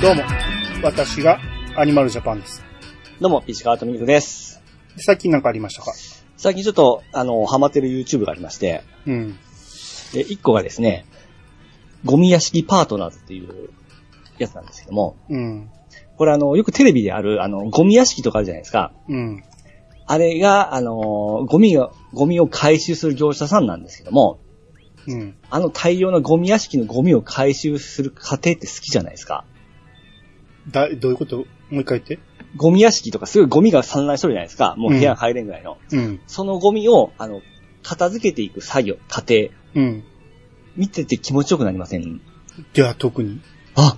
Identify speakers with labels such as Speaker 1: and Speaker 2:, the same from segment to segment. Speaker 1: どうも、私がアニマルジャパンです。
Speaker 2: どうも、石川とみくです。
Speaker 1: 最近なんかありましたか
Speaker 2: 最近ちょっと、あの、ハマってる YouTube がありまして、
Speaker 1: うん。
Speaker 2: で、1個がですね、ゴミ屋敷パートナーズっていうやつなんですけども、
Speaker 1: うん。
Speaker 2: これあの、よくテレビである、あの、ゴミ屋敷とかあるじゃないですか。
Speaker 1: うん。
Speaker 2: あれが、あの、ゴミを、ゴミを回収する業者さんなんですけども、
Speaker 1: うん。
Speaker 2: あの大量のゴミ屋敷のゴミを回収する過程って好きじゃないですか。
Speaker 1: だ、どういうこともう一回言って。
Speaker 2: ゴミ屋敷とかすごいゴミが散乱しとるじゃないですか。もう部屋入れんぐらいの。
Speaker 1: うん。
Speaker 2: そのゴミを、あの、片付けていく作業、過程、
Speaker 1: うん。
Speaker 2: 見てて気持ちよくなりません
Speaker 1: では特に。
Speaker 2: あ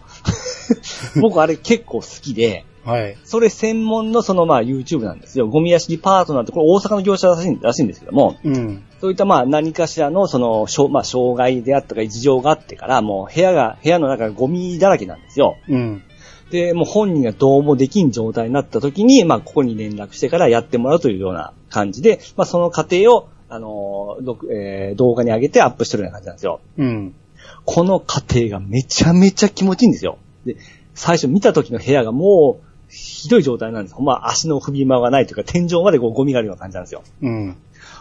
Speaker 2: 僕あれ結構好きで、
Speaker 1: はい。
Speaker 2: それ専門のそのまあ YouTube なんですよ。ゴミ屋敷パートナーって、これ大阪の業者らしいらしいんですけども、
Speaker 1: うん。
Speaker 2: そういったまあ何かしらのその、しょうまあ障害であったか事情があってから、もう部屋が、部屋の中がゴミだらけなんですよ。
Speaker 1: うん。
Speaker 2: で、もう本人がどうもできん状態になった時に、まあここに連絡してからやってもらうというような感じで、まあその過程を、あのー、録えー動画に上げてアップしてるような感じなんですよ。
Speaker 1: うん。
Speaker 2: この過程がめちゃめちゃ気持ちいいんですよ。で、最初見た時の部屋がもう、ひどい状態なんです。ほんま足の踏み間がないというか、天井までこうゴミがあるような感じなんですよ。
Speaker 1: うん。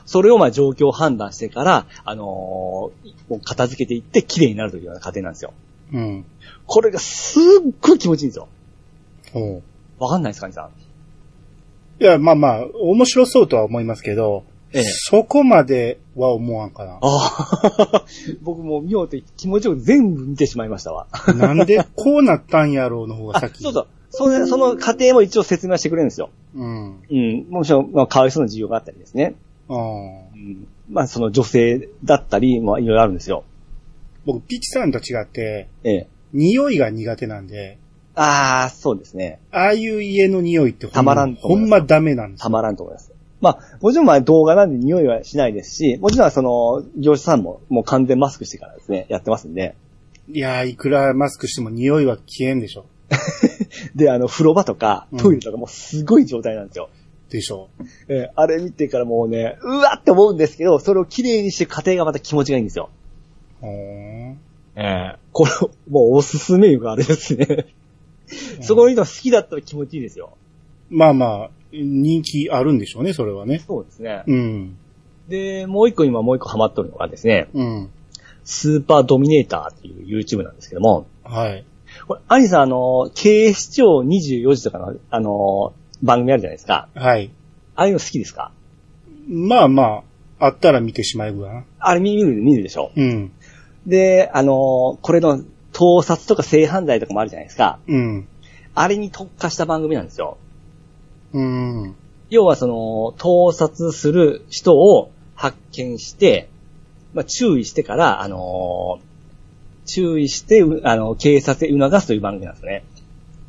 Speaker 2: それをまあ状況を判断してから、あのーもう片付けていって綺麗になるというような過程なんですよ。
Speaker 1: うん。
Speaker 2: これがすっごい気持ちいいんですよ。
Speaker 1: おう
Speaker 2: わかんないですか、兄さん。
Speaker 1: いや、まあまあ、面白そうとは思いますけど、
Speaker 2: ええ
Speaker 1: そこまでは思わんかな。
Speaker 2: ああ、 僕もう見ようって気持ちよく全部見てしまいましたわ。
Speaker 1: なんでこうなったんやろうの方が先。
Speaker 2: そうそう。その、その過程も一応説明してくれるんですよ。
Speaker 1: うん。
Speaker 2: うん。もちろん、まあ、かわいそうな事情があったりですね。
Speaker 1: ああ。
Speaker 2: うんまあ、その女性だったり、まあ、いろいろあるんですよ。
Speaker 1: 僕、ピチさんと違って、
Speaker 2: ええ。
Speaker 1: 匂いが苦手なんで、
Speaker 2: ああ、そうですね。
Speaker 1: ああいう家の匂いってほ
Speaker 2: たまらんと
Speaker 1: ほ
Speaker 2: 思います
Speaker 1: んまダメなんですよ
Speaker 2: たまらんと思います。まあ、もちろん、まあ、動画なんで匂いはしないですし、もちろん、その、業者さんも、もう完全マスクしてからですね、やってますんで。
Speaker 1: いやー、いくらマスクしても匂いは消えんでしょ。
Speaker 2: で、あの、風呂場とか
Speaker 1: うん、
Speaker 2: トイレとかもうすごい状態なんですよ。
Speaker 1: でしょ。
Speaker 2: ええあれ見てからもうね、うわって思うんですけど、それを綺麗にして家庭がまた気持ちがいいんですよ。
Speaker 1: ほーん
Speaker 2: ええこれ、もうおすすめいうかあれですね。そこにいるの好きだったら気持ちいいですよ。
Speaker 1: まあまあ、人気あるんでしょうね、それはね。
Speaker 2: そうですね。
Speaker 1: うん。
Speaker 2: で、もう一個今もう一個ハマっとるのがですね、
Speaker 1: うん。
Speaker 2: スーパードミネーターっていう YouTube なんですけども、
Speaker 1: はい。
Speaker 2: これ、アニさん、あの、警視庁24時とかの、あの、番組あるじゃないですか。
Speaker 1: はい。
Speaker 2: ああいうの好きですか
Speaker 1: まあまあ、あったら見てしまえぐわな。
Speaker 2: あれ見見る、見るでしょ
Speaker 1: うん。
Speaker 2: で、あの、これの盗撮とか性犯罪とかもあるじゃないですか。
Speaker 1: うん。
Speaker 2: あれに特化した番組なんですよ。
Speaker 1: うん。
Speaker 2: 要はその、盗撮する人を発見して、まあ、注意してから、あの注意して、うあの、警察へ促すという番組なんですね。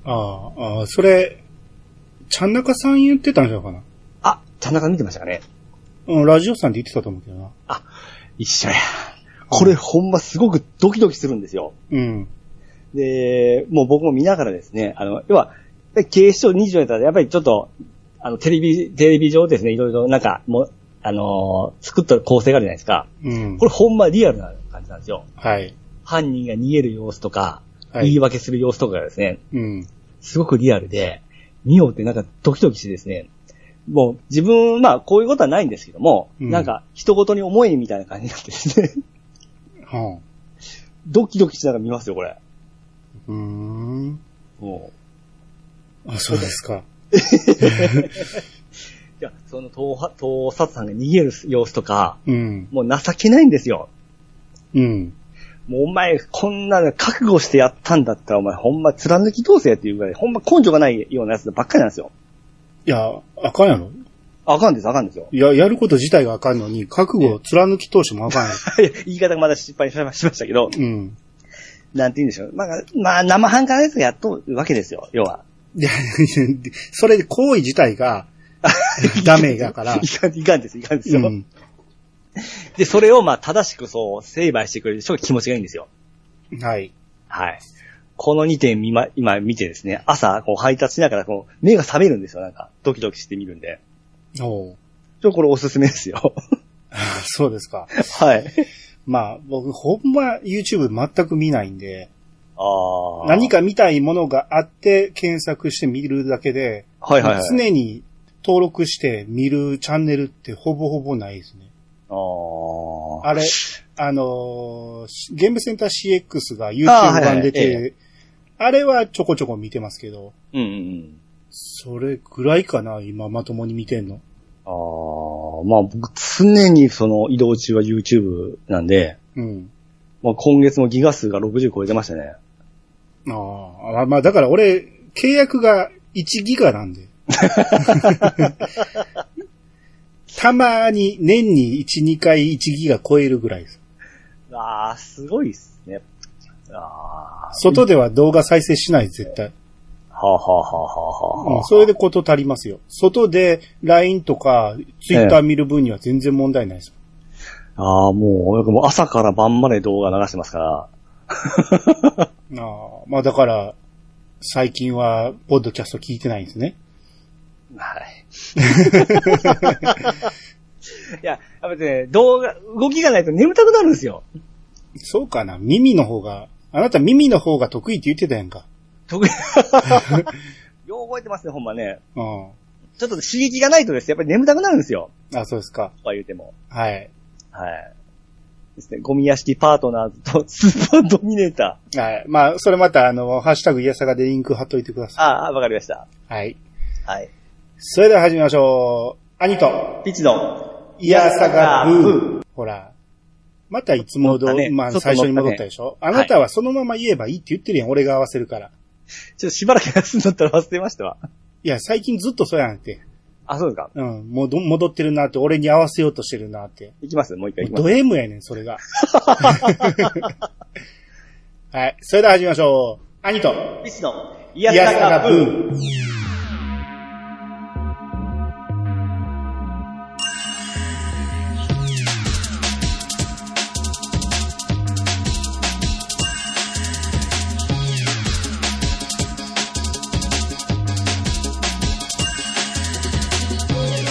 Speaker 1: あーあー、それ、ちゃんなかさん言ってたんじゃないかな。
Speaker 2: あ、田中見てましたかね
Speaker 1: うん、ラジオさんで言ってたと思うけどな。
Speaker 2: 一緒や。これほんますごくドキドキするんですよ。
Speaker 1: うん。
Speaker 2: で、もう僕も見ながらですね、あの、要は、警視庁24やったらやっぱりちょっと、あの、テレビ、テレビ上ですね、いろいろなんか、もう、あのー作った構成があるじゃないですか。
Speaker 1: うん
Speaker 2: こ。れほんまリアルな感じなんですよ。
Speaker 1: はい。
Speaker 2: 犯人が逃げる様子とか、
Speaker 1: はい
Speaker 2: 言い訳する様子とかがですね、
Speaker 1: うん。
Speaker 2: すごくリアルで、見ようってなんかドキドキしてですね、もう自分、まあこういうことはないんですけども、
Speaker 1: うん
Speaker 2: なんか人ごとに思えみたいな感じになってですね、
Speaker 1: は
Speaker 2: ドキドキしながら見ますよ、これ。
Speaker 1: あ、うーん。
Speaker 2: も
Speaker 1: あ、そうですか。
Speaker 2: う。いや、その盗は、盗撮さんが逃げる様子とか、
Speaker 1: うん。
Speaker 2: もう情けないんですよ。
Speaker 1: うん。
Speaker 2: もうお前、こんなの覚悟してやったんだったら、お前ほんま貫き通せやっていうぐらい、ほんま根性がないようなやつばっかりなんですよ。
Speaker 1: いや、あかんやろ。
Speaker 2: あかんです、あかんですよ。
Speaker 1: いや、やること自体があかんのに、覚悟を貫き通してもあかんや
Speaker 2: いや言い方がまだ失敗しましたけ
Speaker 1: ろ。
Speaker 2: ど、
Speaker 1: うん。
Speaker 2: なんて言うんでしょう。まあ、まあ、生半可なやつがやっとるわけですよ、要は。
Speaker 1: いや、 それで行為自体 が、ダメだから
Speaker 2: い。かん、いかんです、いかんです
Speaker 1: う
Speaker 2: よ。
Speaker 1: ん。
Speaker 2: で、それをまあ、正しくそう、成敗してくれる人が気持ちがいいんですよ。
Speaker 1: はい。
Speaker 2: はい。この2点見ま、今見てですね、朝、こう配達しながら、こう、目が覚めるんですよ、なんか。ドキドキして見るんで。
Speaker 1: おう
Speaker 2: ちょ、これおすすめです よ。
Speaker 1: そうですか。
Speaker 2: はい。
Speaker 1: まあ、僕、ほんま YouTube 全く見ないんで、
Speaker 2: ああ。
Speaker 1: 何か見たいものがあって検索して見るだけで、
Speaker 2: はいはいはい。
Speaker 1: 常に登録して見るチャンネルってほぼほぼないですね。
Speaker 2: あー
Speaker 1: あれ、あのーしゲームセンター CX が YouTube
Speaker 2: あーはいはい
Speaker 1: 版出て、あ,、
Speaker 2: え
Speaker 1: れはちょこちょこ見てますけど、
Speaker 2: うんうんうん。
Speaker 1: それぐらいかな、今まともに見てんの。
Speaker 2: ああ、まあ僕常にその移動中は YouTube なんで、
Speaker 1: うん。
Speaker 2: まあ今月もギガ数が60超えてましたね。
Speaker 1: あーあ、まあだから俺、契約が1ギガ なんで。たまに年に1、2回1ギガ超えるぐらいです。
Speaker 2: ああ、すごいっすね。ああ。
Speaker 1: 外では動画再生しない、絶対。
Speaker 2: はあ、はあはあはあはあ
Speaker 1: うん、それでこと足りますよ。外で LINE とか Twitter 見る分には全然問題ないです。
Speaker 2: ああ、もう、なんかもう朝から晩まで動画流してますから。
Speaker 1: ああまあだから、最近は、ポッドキャスト聞いてないんですね。
Speaker 2: はい。 いや、やっぱね、動画、動きがないと眠たくなるんですよ。
Speaker 1: そうかな耳の方が、あなた耳の方が得意って言ってたやんか。
Speaker 2: 特に。よう覚えてますね、ほんまね。
Speaker 1: うん。
Speaker 2: ちょっと刺激がないとですね、やっぱり眠たくなるんですよ。
Speaker 1: あ、そうですか。
Speaker 2: とか言うても。
Speaker 1: はい。
Speaker 2: はい。ですね、ゴミ屋敷パートナーズと スーパードミネータ
Speaker 1: はい。まあ、それまた、あの、ハッシュタグイヤサガでリンク貼っといてくだ
Speaker 2: ー。
Speaker 1: さ
Speaker 2: ああ、わかりました。
Speaker 1: い。はい。
Speaker 2: はい。
Speaker 1: それでは始めましょう。兄と、
Speaker 2: ピッチの。
Speaker 1: イヤサガブー。ほら。またいつもど、
Speaker 2: 戻ったね
Speaker 1: まあ、
Speaker 2: ちょっと
Speaker 1: 最初に戻ったでしょ、あなたはそのまま言えばいいって言ってるやん。俺が合わせるから。
Speaker 2: ちょっとしばらく休んだったら忘れましたわ。
Speaker 1: いや、最近ずっとそうやんって。
Speaker 2: あ、そうですか。
Speaker 1: うん。もうど戻ってるなって、俺に合わせようとしてるなって。
Speaker 2: いきますもう一回いきます。
Speaker 1: ド M やねん、そ れが。はい。それでは始めましょう。兄と、
Speaker 2: ピッチの。い
Speaker 1: イヤサガブ
Speaker 2: ン。
Speaker 1: ー。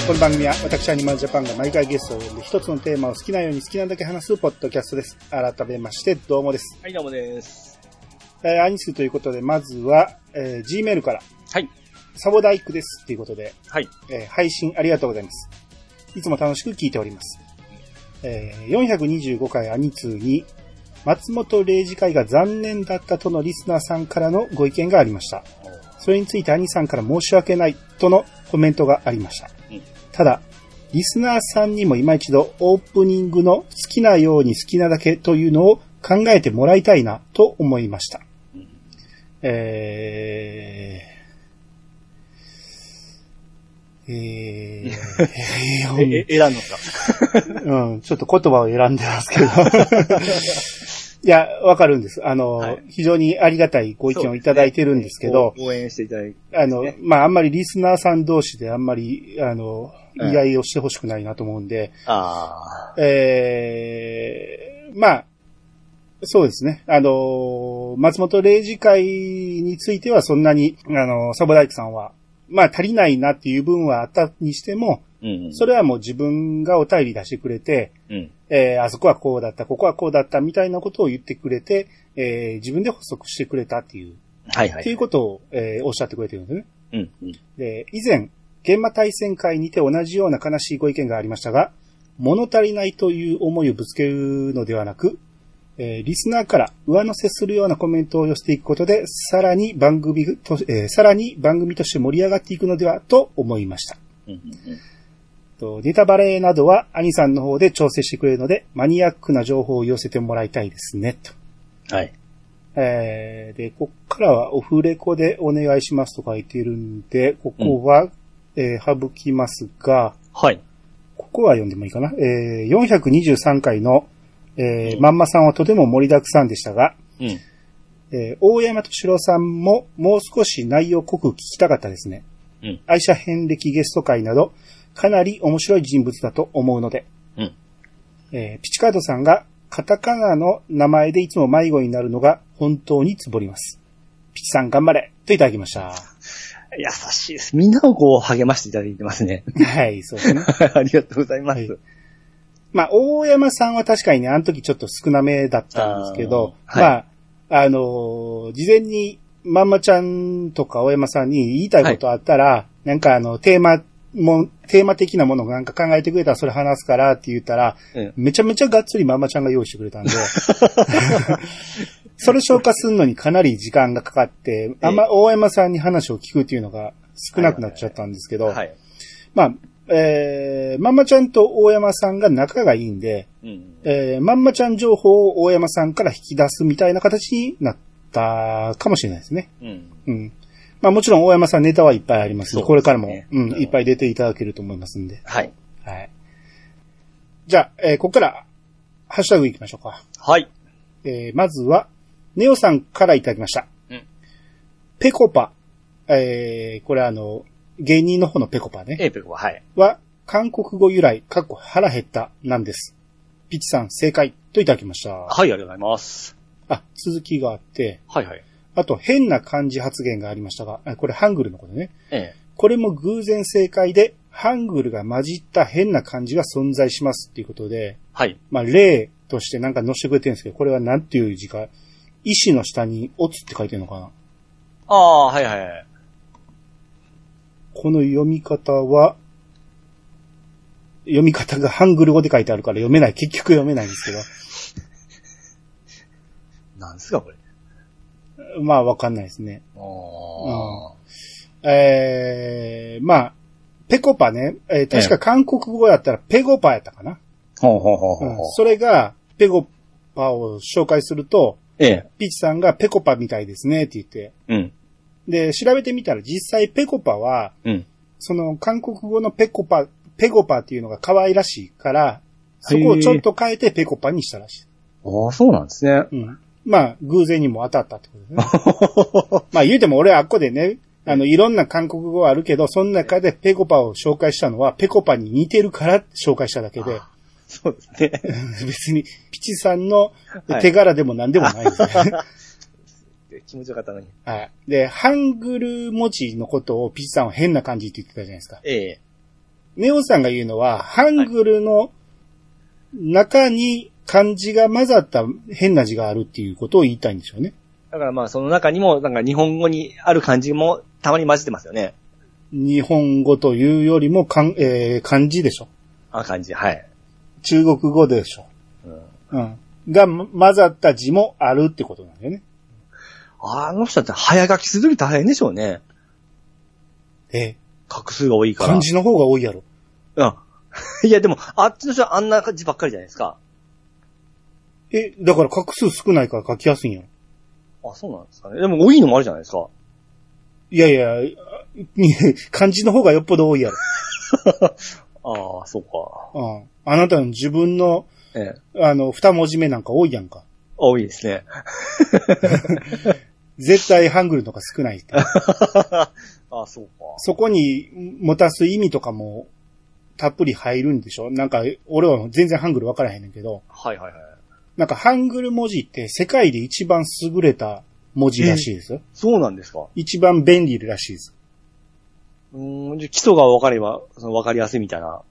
Speaker 1: この番組は私アニマルジャパンが毎回ゲストを呼んで一つのテーマを好きなように好きなだけ話すポッドキャストです。改めましてどうもです。
Speaker 2: はい、どうもです。
Speaker 1: えーアニスということで、まずは、えー Gmail から、
Speaker 2: はい。
Speaker 1: サボダイクですということで、
Speaker 2: はい。
Speaker 1: えー配信ありがとうございます。いつも楽しく聞いております。えー425回アニツーに、松本零士会が残念だったとのリスナーさんからのご意見がありました。それについて兄さんから申し訳ないとのコメントがありました。
Speaker 2: うん
Speaker 1: ただ、リスナーさんにも今一度オープニングの好きなように好きなだけというのを考えてもらいたいなと思いました。
Speaker 2: うん
Speaker 1: えー、えーえー
Speaker 2: え、え、選んだんですか
Speaker 1: うん、ちょっと言葉を選んでますけど。 いや、わかるんです。あの、
Speaker 2: はい
Speaker 1: 非常にありがたいご意見をいただいてるんですけど、
Speaker 2: 応援していただいて。
Speaker 1: あの、まあ、あんまりリスナーさん同士であんまり、あの、
Speaker 2: ええ
Speaker 1: 言い合いをしてほしくないなと思うんで、
Speaker 2: ああ。
Speaker 1: ええまあ、そうですね。あの、松本零士会についてはそんなに、あの、サボダイクさんは、まあ足りないなっていう分はあったにしても、
Speaker 2: うん。
Speaker 1: それはもう自分がお便り出してくれて、
Speaker 2: うん。
Speaker 1: えーあそこはこうだった、ここはこうだったみたいなことを言ってくれて、えー自分で補足してくれたっていう、
Speaker 2: はいは
Speaker 1: っていう
Speaker 2: い。
Speaker 1: ことを、えーおっしゃってくれてるんですね。
Speaker 2: うん。うん
Speaker 1: で、以前、現場対戦会にて同じような悲しいご意見がありましたが、物足りないという思いをぶつけるのではなく、えーリスナーから上乗せするようなコメントを寄せていくことで、さらに番組と、えーさらに番組として盛り上がっていくのではと思いました。
Speaker 2: うんうん。
Speaker 1: とネタバレなどは兄さんの方で調整してくれるので、マニアックな情報を寄せてもらいたいですね、と。
Speaker 2: はい。
Speaker 1: えー、で、こっからはオフレコでお願いしますと書いてるんで、ここは、えー省きますが、
Speaker 2: はい。
Speaker 1: ここは読んでもいいかな。えー、423回の、えー
Speaker 2: うん
Speaker 1: まんまさんはとても盛りだくさんでしたが、
Speaker 2: うん。
Speaker 1: えー大山敏郎さんももう少し内容濃く聞きたかったですね。
Speaker 2: うん
Speaker 1: 愛車遍歴ゲスト会など、かなり面白い人物だと思うので、
Speaker 2: うん。
Speaker 1: えーピチカードさんがカタカナの名前でいつも迷子になるのが本当につぼります。ピチさん頑張れといただきま した。
Speaker 2: 優しいです。みんなをこう励ましていただいてますね。
Speaker 1: はい、そうですね。
Speaker 2: ありがとうございま
Speaker 1: は
Speaker 2: す
Speaker 1: い。まあ、大山さんは確かにね、あの時ちょっと少なめだったんですけど、
Speaker 2: あーはい
Speaker 1: まあ、あのー事前に、まんまちゃんとか大山さんに言いたいことあったら、なんかあの、テーマ、もう、テーマ的なものをなんか考えてくれたらそれ話すからって言ったら、
Speaker 2: うん
Speaker 1: めちゃめちゃがっつりまんまちゃんが用意してくれたんで、 それ消化するのにかなり時間がかかって、あんま大山さんに話を聞くっていうのが少なくなっちゃったんですけど、
Speaker 2: はい。
Speaker 1: まあ、えー、まんまちゃんと大山さんが仲がいいんで、
Speaker 2: うん。
Speaker 1: えー、まんまちゃん情報を大山さんから引き出すみたいな形になったかもしれないですね。
Speaker 2: うん。
Speaker 1: うん。まあもちろん大山さんネタはいっぱいあります
Speaker 2: そう
Speaker 1: し、
Speaker 2: ですね
Speaker 1: これからも、う
Speaker 2: うん
Speaker 1: ん、いっぱい出ていただけると思いますんで。
Speaker 2: はい。
Speaker 1: はい。じゃあ、えー、ここから、ハッシュタグいきましょうか。
Speaker 2: はい。
Speaker 1: えー、まずは、ネオさんからいただきました。
Speaker 2: うん
Speaker 1: ペコパ。えー、これあの、芸人の方のペコパね。
Speaker 2: エーペクは、はい。
Speaker 1: は、韓国語由来、かっこ腹減った、なんです。ピチさん、正解、といただきました。
Speaker 2: はい、ありがとうございます。
Speaker 1: あ、続きがあって、
Speaker 2: はいはい。
Speaker 1: あと変な漢字発言がありましたが、あこれハングルのことね。
Speaker 2: ええ。
Speaker 1: これも偶然正解で、ハングルが混じった変な漢字が存在しますっていうことで、
Speaker 2: はい。
Speaker 1: まあ、例としてなんか載せてくれてるんですけど、これはなんていう字か、意志の下に、おつって書いてるのかな
Speaker 2: ああ、はいはいはい。
Speaker 1: この読み方は、読み方がハングル語で書いてあるから読めない。結局読めないんですけど。
Speaker 2: なんですか、これ。
Speaker 1: まあ、わかんないですね。
Speaker 2: あ
Speaker 1: ええまあ、ペコパね、えー確か韓国語やったらペゴパやったかな。
Speaker 2: あ。ほうほうほうほ
Speaker 1: うん
Speaker 2: うほう。
Speaker 1: それが、ペゴパを紹介すると、
Speaker 2: ええ。
Speaker 1: ピーチさんがペコパみたいですねって言って。
Speaker 2: うん。
Speaker 1: で、調べてみたら実際ペコパは、
Speaker 2: うん。
Speaker 1: その韓国語のペコパ、ペゴパっていうのが可愛らしいから、そこをちょっと変えてペコパにしたらしい。
Speaker 2: ああ、そうなんですね。
Speaker 1: うん。まあ、偶然にも当たったってことですね。 まあ言うても俺はあっこでね、あの、いろんな韓国語あるけど、その中でペコパを紹介したのは、ペコパに似てるから紹介しただけで、
Speaker 2: そうですね。
Speaker 1: 別に、ピチさんの
Speaker 2: はい
Speaker 1: 手柄でも何でもないですね。
Speaker 2: 気持ちよかったのに。
Speaker 1: はい。で、ハングル文字のことをピチさんは変な感じって言ってたじゃないですか。
Speaker 2: ええ。
Speaker 1: ネオさんが言うのは、ハングルの中に漢字が混ざった変な字があるっていうことを言いたいんでしょうね。
Speaker 2: だからまあ、その中にも、なんか日本語にある漢字もたまに混じってますよね。
Speaker 1: 日本語というよりもかん、えー漢字でしょ。
Speaker 2: あ、漢字、はい。
Speaker 1: 中国語でしょ。
Speaker 2: うん
Speaker 1: うん。が、ま混ざった字もあるってことなんだよね。
Speaker 2: あの人って早書きするより大変でしょうね。
Speaker 1: え、
Speaker 2: 画数が多いから。
Speaker 1: 漢字の方が多いやろ。
Speaker 2: うん。 いや、でも、あっちの人はあんな字ばっかりじゃないですか。
Speaker 1: え、だから画数少ないから書きやすいんやろ。
Speaker 2: あ、そうなんですかね。でも、多いのもあるじゃないですか。
Speaker 1: いやいや、 あ漢字の方がよっぽど多いやろ。
Speaker 2: ああ、そうか。
Speaker 1: うん。あなたの自分の、
Speaker 2: ええ。
Speaker 1: あの、二文字目なんか多いやんか。
Speaker 2: 多いですね。
Speaker 1: 絶対ハングルの方が少 ないって。
Speaker 2: あそうか。
Speaker 1: そこに持たす意味とかも、たっぷり入るんでしょなんか、俺は全然ハングル分からへんねんけど、
Speaker 2: はいはいはい。
Speaker 1: なんかハングル文字って世界で一番優れた文字らしいですよ。
Speaker 2: そうなんですか。
Speaker 1: 一番便利らしいです。
Speaker 2: うーん、じゃあ基礎が分かれば、その分かりやすいみたいな。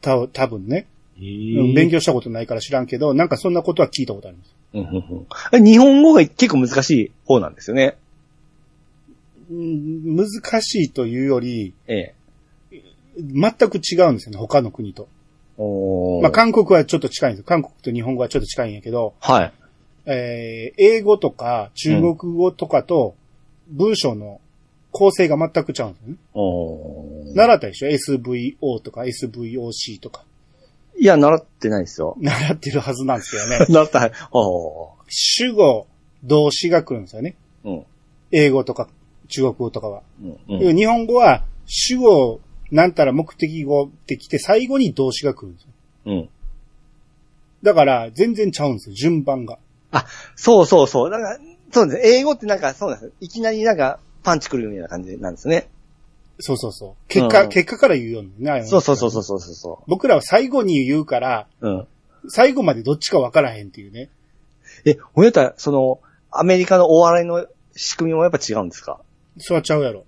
Speaker 1: た、多分ね。
Speaker 2: ええ
Speaker 1: うん勉。強したことないから知らんけど、なんかそんなことは聞いたことあります。
Speaker 2: うんうんうんえ日本語が結構難しい方なんですよね。
Speaker 1: うん難しいというより、
Speaker 2: ええ。
Speaker 1: 全く違うんですよね、他の国と。
Speaker 2: おー
Speaker 1: まあ、韓国はちょっと近いんですよ。韓国と日本語はちょっと近いんやけど、
Speaker 2: はい。
Speaker 1: えー英語とか中国語とかと文章の構成が全く違うんですよね。
Speaker 2: おー
Speaker 1: 習ったでしょ ?SVO とか SVOC とか。。
Speaker 2: いや、習ってないですよ。
Speaker 1: 習ってるはずなんですけどね
Speaker 2: 習った、はい。おー
Speaker 1: 主語、動詞が来るんですよね。
Speaker 2: うん。
Speaker 1: 英語とか中国語とかは。
Speaker 2: うんうん。
Speaker 1: 日本語は主語、なんたら目的語ってきて、最後に動詞が来るんですよ。
Speaker 2: うん。
Speaker 1: だから、全然ちゃうんですよ、順番が。
Speaker 2: あ、そうそうそう。だから、そうです。英語ってなんか、そうなんです。いきなりなんか、パンチくるような感じなんですね。
Speaker 1: そうそうそう。結果、
Speaker 2: うん
Speaker 1: 結果から言うようになるよね
Speaker 2: そうそうそうそうそうそ
Speaker 1: 僕らは最後に言うから、
Speaker 2: う。うん。
Speaker 1: 最後までどっちかわからへんっていうね。
Speaker 2: え、ほんやったら、その、アメリカのお笑いの仕組みもやっぱ違うんですか
Speaker 1: そらちゃうやろ。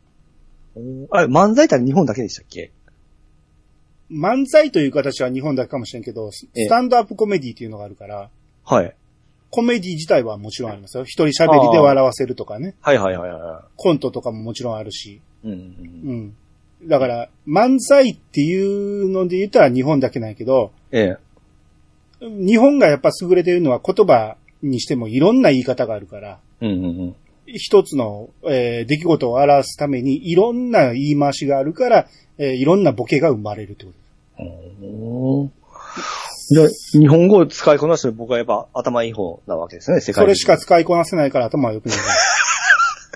Speaker 2: あれ、漫才ってあれ日本だけでしたっけ
Speaker 1: 漫才という形は日本だけかもしれんけど、ス
Speaker 2: ええ
Speaker 1: スタンドアップコメディっていうのがあるから、
Speaker 2: はい。
Speaker 1: コメディ自体はもちろんありますよ。一人喋りで笑わせるとかね。
Speaker 2: はいはいはいは
Speaker 1: コントとかももちろんあるし。
Speaker 2: い。うんうん
Speaker 1: う
Speaker 2: うん。
Speaker 1: ん。だから、漫才っていうので言ったら日本だけないけど、
Speaker 2: ええ。
Speaker 1: 日本がやっぱ優れてるのは言葉にしてもいろんな言い方があるから、
Speaker 2: うんうんうん。
Speaker 1: 一つの、えー出来事を表すためにいろんな言い回しがあるから、えーいろんなボケが生まれるってこと。
Speaker 2: おーじゃあ、日本語を使いこなしてる僕はやっぱ頭いい方なわけですね、世界
Speaker 1: それしか
Speaker 2: 中
Speaker 1: 使いこなせないから頭は良くない。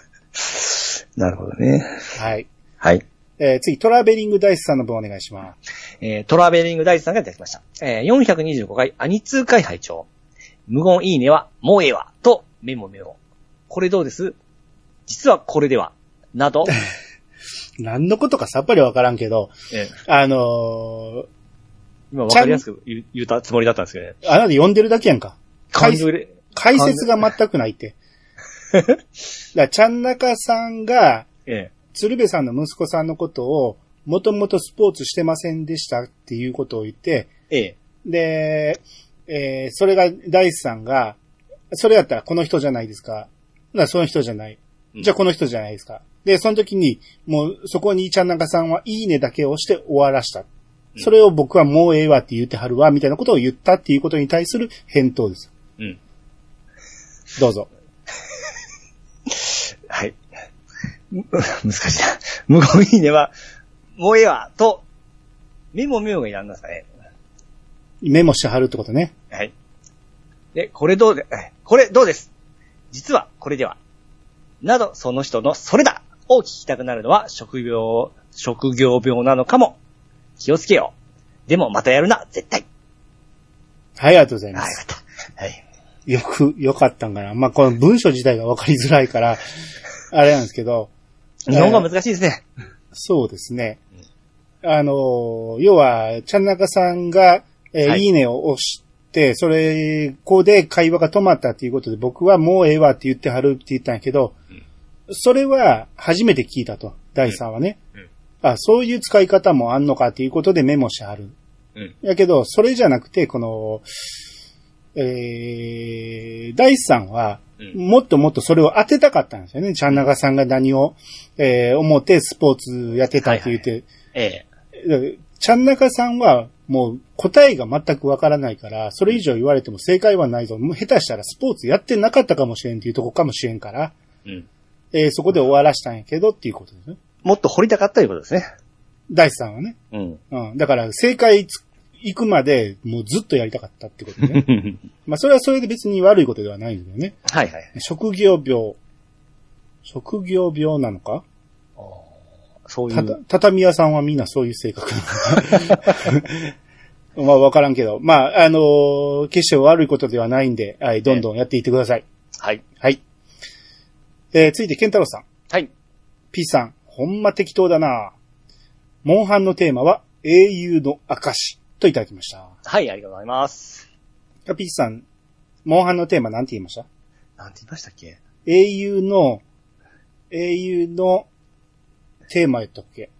Speaker 2: なるほどね。
Speaker 1: はい。
Speaker 2: はい。
Speaker 1: えー次、トラベリングダイスさんの分お願いします。
Speaker 2: えートラベリング大地さんがいただきました。えー425回、アニ2回拝聴無言いいねは、もうええわ、と、メモメモ。これどうです実はこれでは、など、
Speaker 1: 何のことかさっぱりわからんけど、
Speaker 2: えー
Speaker 1: あの
Speaker 2: 今わかりやすく言う言ったつもりだったんですけどね。
Speaker 1: ーあなた呼んでるだけやんか。
Speaker 2: 感情入れ、
Speaker 1: 解説が全くないって。だから、ちゃんなかさんが、
Speaker 2: え
Speaker 1: 鶴瓶さんの息子さんのことを、もともとスポーツしてませんでしたっていうことを言って、
Speaker 2: え、ええ、
Speaker 1: で、えーそれが、大地さんが、それやったらこの人じゃないですか。な、その人じゃない。
Speaker 2: うん
Speaker 1: じゃあこの人じゃないですか。で、その時に、もうそこにちゃんなかさんはいいねだけをして終わらした。それを僕はもうええわって言ってはるわ、みたいなことを言ったっていうことに対する返答です。
Speaker 2: うん。
Speaker 1: どうぞ。
Speaker 2: はい。 む難しいな。無言いいねは、もうええわ、と、メモメモがいらんのですかね。
Speaker 1: メモしてはるってことね。
Speaker 2: はい。で、これどうで、えこれどうです実はこれでは。など、その人のそれだを聞きたくなるのは職業、職業病なのかも。気をつけよう。でもまたやるな、絶対。
Speaker 1: はい、ありがとうござい
Speaker 2: あ
Speaker 1: ま
Speaker 2: あ、よ
Speaker 1: す。
Speaker 2: かった。はい。
Speaker 1: よく、よかったんかな。まあ、この文章自体がわかりづらいから、あれなんですけど、
Speaker 2: 日本語は難しいですね。
Speaker 1: そうですね。あの、要は、ちゃんなかさんが、えー
Speaker 2: はい
Speaker 1: い、いねを押して、それ、ここで会話が止まったっていうことで、僕はもうええわって言ってはるって言ったんやけど、それは初めて聞いたと、第3はね。
Speaker 2: うんうん
Speaker 1: あそういう使い方もあんのかっていうことでメモしてはる。
Speaker 2: うん
Speaker 1: やけど、それじゃなくて、この、えー、第3は、
Speaker 2: うん。
Speaker 1: もっともっとそれを当てたかったんですよね。ちゃんながさんが何を、えー思ってスポーツやってたって言って。
Speaker 2: ええ。
Speaker 1: えーちゃんなかさんはもう答えが全くわからないから、それ以上言われても正解はないぞ。もう下手したらスポーツやってなかったかもしれんっていうとこかもしれんから、
Speaker 2: うん。
Speaker 1: えーそこで終わらしたんやけどっていうことですね。
Speaker 2: もっと掘りたかったということですね。
Speaker 1: 大地さんはね。
Speaker 2: うん。
Speaker 1: うん。だから正解つ行くまでもうずっとやりたかったってこと
Speaker 2: は
Speaker 1: ね。まあそれはそれで別に悪いことではないんだよね。
Speaker 2: いはい。
Speaker 1: 職業病。職業病なのか
Speaker 2: そうい
Speaker 1: たた
Speaker 2: う。
Speaker 1: 畳屋さんはみんなそういう性格なのまあ、わからんけど。まあ、あのー決して悪いことではないんで、はい、どんどんやっていってください。
Speaker 2: はい。
Speaker 1: はい。えー、ついて、ケンタロウさん。
Speaker 2: はい。
Speaker 1: P さん、ほんま適当だなモンハンのテーマは、英雄の証といただきました。
Speaker 2: はい、ありがとうございます。
Speaker 1: P さん、モンハンのテーマなんて言いました
Speaker 2: なんて言いましたっけ
Speaker 1: 英雄の、英雄のテーマやったっけ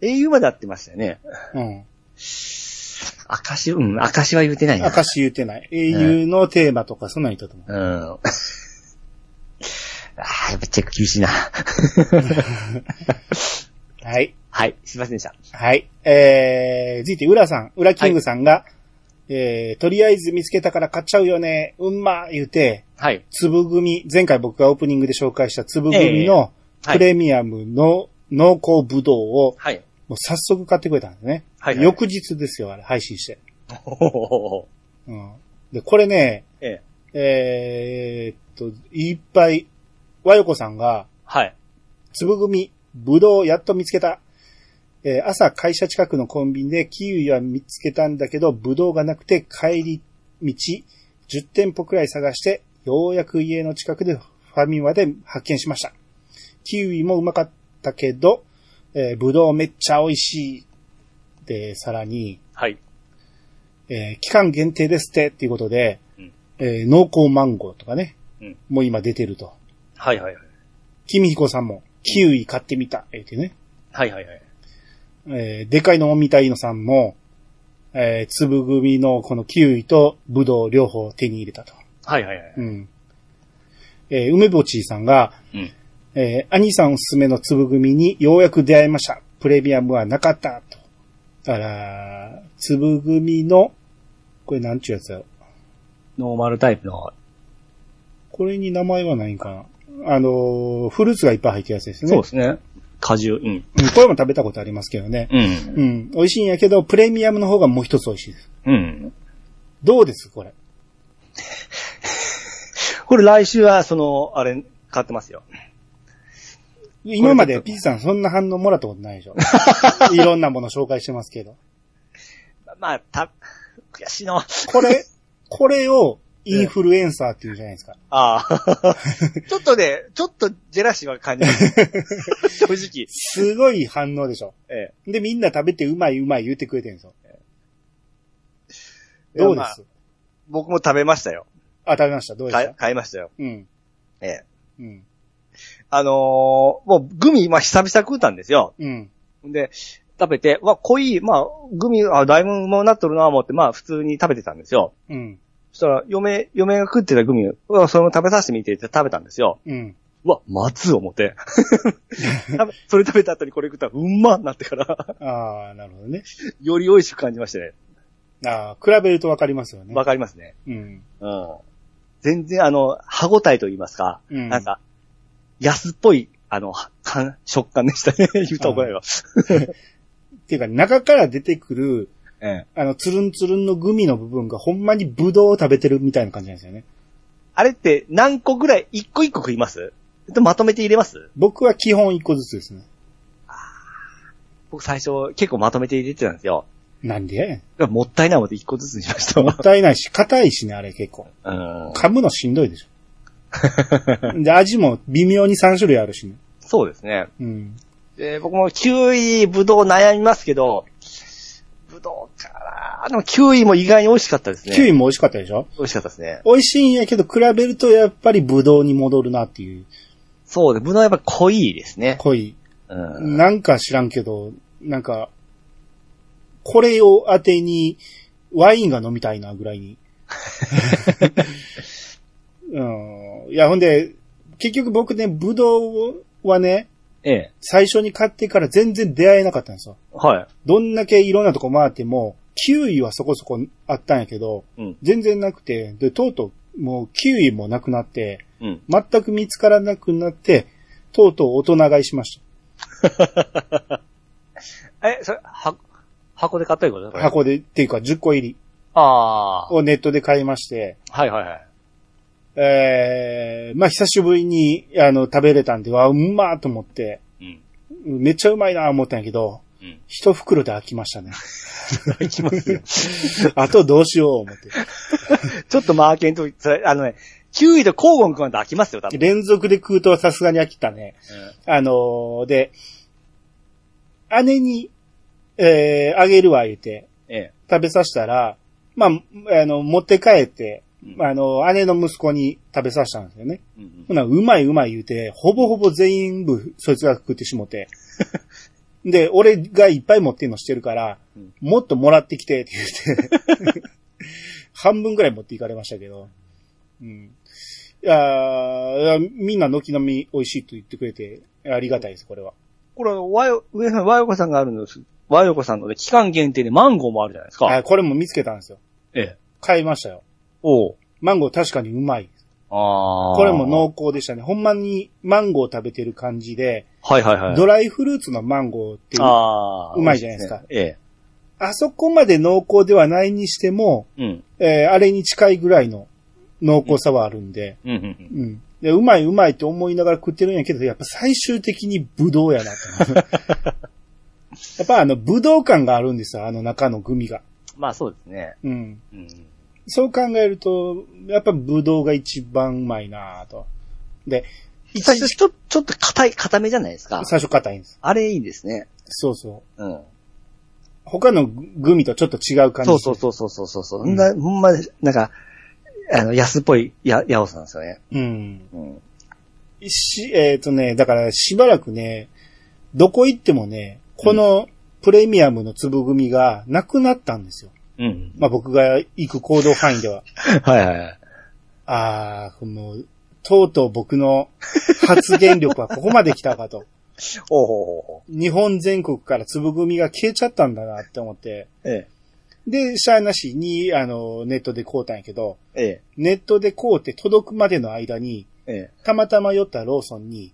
Speaker 2: 英雄まで合ってましたよね。
Speaker 1: うん。
Speaker 2: 証、うん、証は言うてないな。
Speaker 1: 証言ってない。英雄のテーマとか、そんなん言ったと思う。
Speaker 2: うん。ああ、やっぱチェック厳し いな。
Speaker 1: はい。
Speaker 2: はい、すいませんでした。
Speaker 1: はい。えー、続いて、浦さん、浦キングさんが、えー、とりあえず見つけたから買っちゃうよね、うんまー言うて、
Speaker 2: はい。
Speaker 1: 粒組、前回僕がオープニングで紹介した粒組の
Speaker 2: は
Speaker 1: プ
Speaker 2: い。
Speaker 1: レミアムの濃厚ぶどうを、
Speaker 2: はい。
Speaker 1: もう早速買ってくれたんですね。
Speaker 2: はいはい
Speaker 1: 翌日ですよ、あれ、配信して。
Speaker 2: ほほほほ
Speaker 1: うん。で、これね、
Speaker 2: ええ。
Speaker 1: えー、っと、いっぱい、和よこさんが、
Speaker 2: はい。
Speaker 1: 粒組、ぶどうやっと見つけた。えー朝会社近くのコンビニでキウイは見つけたんだけど、ぶどうがなくて帰り道、10店舗くらい探して、ようやく家の近くでファミマで発見しました。キウイもうまかったけど、えー、ぶどうめっちゃ美味しい。で、さらに、
Speaker 2: はい。
Speaker 1: えー期間限定ですって、っていうことで、
Speaker 2: うん
Speaker 1: えー濃厚マンゴーとかね、
Speaker 2: うん
Speaker 1: もう今出てると。
Speaker 2: はいはいはい。
Speaker 1: 君彦さんも、キウイ買ってみた、えーってね。
Speaker 2: はいはいはい。
Speaker 1: えーでかいのを見たいのさんも、えー、粒組のこのキウイとブドウ両方手に入れたと。
Speaker 2: はいはいはい。
Speaker 1: うん。えー梅ぼちーさんが、
Speaker 2: うん。
Speaker 1: えー兄さんおすすめの粒組にようやく出会いました。プレミアムはなかった、と。だから、粒組の、これなんちゅうやつやろ。
Speaker 2: ノーマルタイプの。
Speaker 1: これに名前はないんかな。あのーフルーツがいっぱい入ってるやつですね。
Speaker 2: そうですね。果汁。うん。
Speaker 1: うんこれも食べたことありますけどね。
Speaker 2: うん。
Speaker 1: うん。美味しいんやけど、プレミアムの方がもう一つ美味しいです。
Speaker 2: うん。
Speaker 1: どうですこれ。
Speaker 2: これ来週は、その、あれ、買ってますよ。
Speaker 1: 今までピーさんそんな反応もらったことないでしょ。 いろんなもの紹介してますけど。
Speaker 2: まあ、た、悔しいな。
Speaker 1: これ、これをインフルエンサーって言うじゃないですか。
Speaker 2: ああ。ちょっとね、ちょっとジェラシーは感じる。 正直。
Speaker 1: すごい反応でしょ。
Speaker 2: え
Speaker 1: で、みんな食べてうまいうまい言ってくれてるんですよ。
Speaker 2: え。
Speaker 1: どうで
Speaker 2: まあ
Speaker 1: す
Speaker 2: 僕も食べましたよ。
Speaker 1: あ、食べました。どうで
Speaker 2: 買
Speaker 1: し
Speaker 2: い
Speaker 1: た
Speaker 2: 買いましたよ。
Speaker 1: うん。
Speaker 2: ええ。
Speaker 1: うん。
Speaker 2: あのーもうグミ、今久々食うたんですよ。
Speaker 1: うん。
Speaker 2: で、食べて、わ、濃い、まあ、グミ、あ、だいぶうまくなっとるなぁ思って、まあ、普通に食べてたんですよ。
Speaker 1: うん。
Speaker 2: そしたら、嫁、嫁が食ってたグミを、うわ、それも食べさせてみてって食べたんですよ。
Speaker 1: うん。
Speaker 2: うわ、まず 思って。食べそれ食べた後にこれ食ったら、うんまっなってから、
Speaker 1: ああ、なるほどね。
Speaker 2: より美味しく感じましたね。
Speaker 1: ああ、比べるとわかりますよね。
Speaker 2: わかりますね。
Speaker 1: うん。
Speaker 2: うん。全然、あの、歯応えと言いますか、
Speaker 1: うん
Speaker 2: なんか、安っぽい、あの、感食感でしたね。 言うと怒られるわ。
Speaker 1: っていうか、中から出てくる、
Speaker 2: ええ
Speaker 1: あの、つるんつるんのグミの部分がほんまにブドウを食べてるみたいな感じなんですよね。
Speaker 2: あれって何個ぐらい、一個一個食いますとまとめて入れます
Speaker 1: 僕は基本一個ずつですね。
Speaker 2: 僕最初結構まとめて入れてたんですよ。
Speaker 1: なんで
Speaker 2: もったいない思って一個ずつにしました。
Speaker 1: もったいないし、硬いしね、あれ結構。
Speaker 2: うん。
Speaker 1: 噛むのしんどいでし ょ。で、味も微妙に3種類あるしね。
Speaker 2: そうですね。
Speaker 1: うん。
Speaker 2: で僕もキウイ、ブドウ悩みますけど、ブドウかなでもキウイも意外に美味しかったですね。
Speaker 1: キウイも美味しかったでしょ
Speaker 2: 美味しかったですね。
Speaker 1: 美味しいんやけど、比べるとやっぱりブドウに戻るなっていう。
Speaker 2: そうで、ブドウはやっぱ濃いですね。
Speaker 1: 濃い。
Speaker 2: うん。
Speaker 1: なんか知らんけど、なんか、これを当てに、ワインが飲みたいな、ぐらいに。うん。いや、ほんで、結局僕ね、ブドウはね、
Speaker 2: ええ。
Speaker 1: 最初に買ってから全然出会えなかったんですよ。
Speaker 2: はい。
Speaker 1: どんだけいろんなとこ回っても、キウイはそこそこあったんやけど、
Speaker 2: うん
Speaker 1: 全然なくて、で、とうとう、もうキウイもなくなって、
Speaker 2: うん。
Speaker 1: 全く見つからなくなって、とうとう大人買いしまし
Speaker 2: え、それ、は、箱で買ったいうことねこ
Speaker 1: た。
Speaker 2: れ
Speaker 1: 箱で、っていうか10個入り
Speaker 2: ああ。
Speaker 1: をネットで買いまして、
Speaker 2: はいはいはい。
Speaker 1: えー、まあ久しぶりに、あの、食べれたんで、わ、うまーと思って、
Speaker 2: うん。
Speaker 1: めっちゃうまいなー思ったんやけど、
Speaker 2: うん。
Speaker 1: 一袋で飽きましたね。
Speaker 2: いきますよ。
Speaker 1: あとどうしよう思って。
Speaker 2: ちょっとマーケンと、それ、あのね、キウイと交互に食わんと飽きますよ、多分。
Speaker 1: 連続で食うとさすがに飽きたね。あのーで、姉に、えーあげるわ、言うて、
Speaker 2: ええ。
Speaker 1: 食べさせたら、まあ、あの、持って帰って、
Speaker 2: うん
Speaker 1: あの、姉の息子に食べさせたんですよね。
Speaker 2: うん
Speaker 1: ほな、うまいうまい言うて、ほぼほぼ全部、そいつが食ってしも て。で、俺がいっぱい持ってんのしてるから、
Speaker 2: うん
Speaker 1: もっともらってきて、って言って。 半分ぐらい持っていかれましたけど。うん。いやーいやみんな軒並み美味しいと言ってくれて、ありがたいです、これは。
Speaker 2: これ、わよ、上さん、わよこさんがあるのです。わよこさんのね、期間限定でマンゴーもあるじゃないです
Speaker 1: あ
Speaker 2: か。
Speaker 1: これも見つけたんですよ。
Speaker 2: ええ。
Speaker 1: 買いましたよ。
Speaker 2: おう。
Speaker 1: マンゴー確かにうまい。
Speaker 2: ああ。
Speaker 1: これも濃厚でしたね。ほんまにマンゴー食べてる感じで、
Speaker 2: はいはいはい。
Speaker 1: ドライフルーツのマンゴーっていう、あ
Speaker 2: ああ。
Speaker 1: うまいじゃないですか
Speaker 2: え
Speaker 1: そこまで濃厚ではないにしても、
Speaker 2: え。うん。
Speaker 1: えーあれに近いぐらいの濃厚さはあるんで、
Speaker 2: うんうんうん。
Speaker 1: うん。で、うまいうまいと思いながら食ってるんやけど、やっぱ最終的にブドウやなと 思うやっぱあの、ブドウ感があるんですよ、あの中のグミが。
Speaker 2: まあそうですね。
Speaker 1: うん。
Speaker 2: うん。
Speaker 1: そう考えると、やっぱブドウが一番うまいなぁと。で、一
Speaker 2: 最初、ちょ、ちょっと硬い、硬めじゃないですか。
Speaker 1: 最初硬いんです。
Speaker 2: あれいいですね。
Speaker 1: そうそう。
Speaker 2: うん。
Speaker 1: 他のグミとちょっと違う感じ。
Speaker 2: そうそうそうそうそうそうそう、
Speaker 1: うん
Speaker 2: な。ほんま、なんか、あの、安っぽい、や、やおさんですよね。
Speaker 1: う。うん。
Speaker 2: うん。
Speaker 1: し、えっ、とね、だからしばらくね、どこ行ってもね、このプレミアムの粒組がなくなったんですよ。
Speaker 2: うん。
Speaker 1: まあ僕が行く行動範囲では。
Speaker 2: はいはいはい。
Speaker 1: ああ、もう、とうとう僕の発言力はここまで来たかと。
Speaker 2: おうほうほうほ
Speaker 1: 日本全国から粒組が消えちゃったんだなって思って。
Speaker 2: う。え
Speaker 1: で、シャアなしに、あの、ネットで買うたんやけど、
Speaker 2: え、え
Speaker 1: ネットで買うて届くまでの間に、
Speaker 2: え、え
Speaker 1: たまたま寄ったローソンに、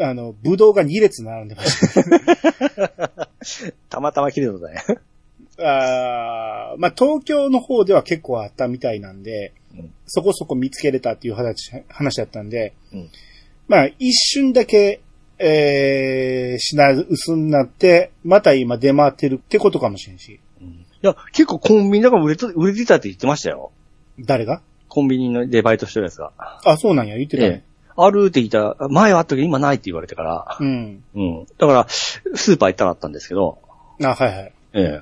Speaker 1: あの、ブドウが2列並んでました。
Speaker 2: え。たまたま切れたことだね。
Speaker 1: あーまあ、東京の方では結構あったみたいなんで、
Speaker 2: うん
Speaker 1: そこそこ見つけれたっていう話、話だったんで、
Speaker 2: うん
Speaker 1: まあ、一瞬だけ、えー、品薄になって、また今出回ってるってことかもしれんし。
Speaker 2: いや、結構コンビニだから売れと売れてたって言ってましたよ。
Speaker 1: 誰が
Speaker 2: コンビニのでバイトしてるやつが。
Speaker 1: あ、そうなんや、言ってたね。
Speaker 2: あるって聞いたら、前はあったけど今ないって言われてから。
Speaker 1: うん。
Speaker 2: うん。だから、スーパー行ったらあったんですけど。
Speaker 1: あ、はいはい。
Speaker 2: え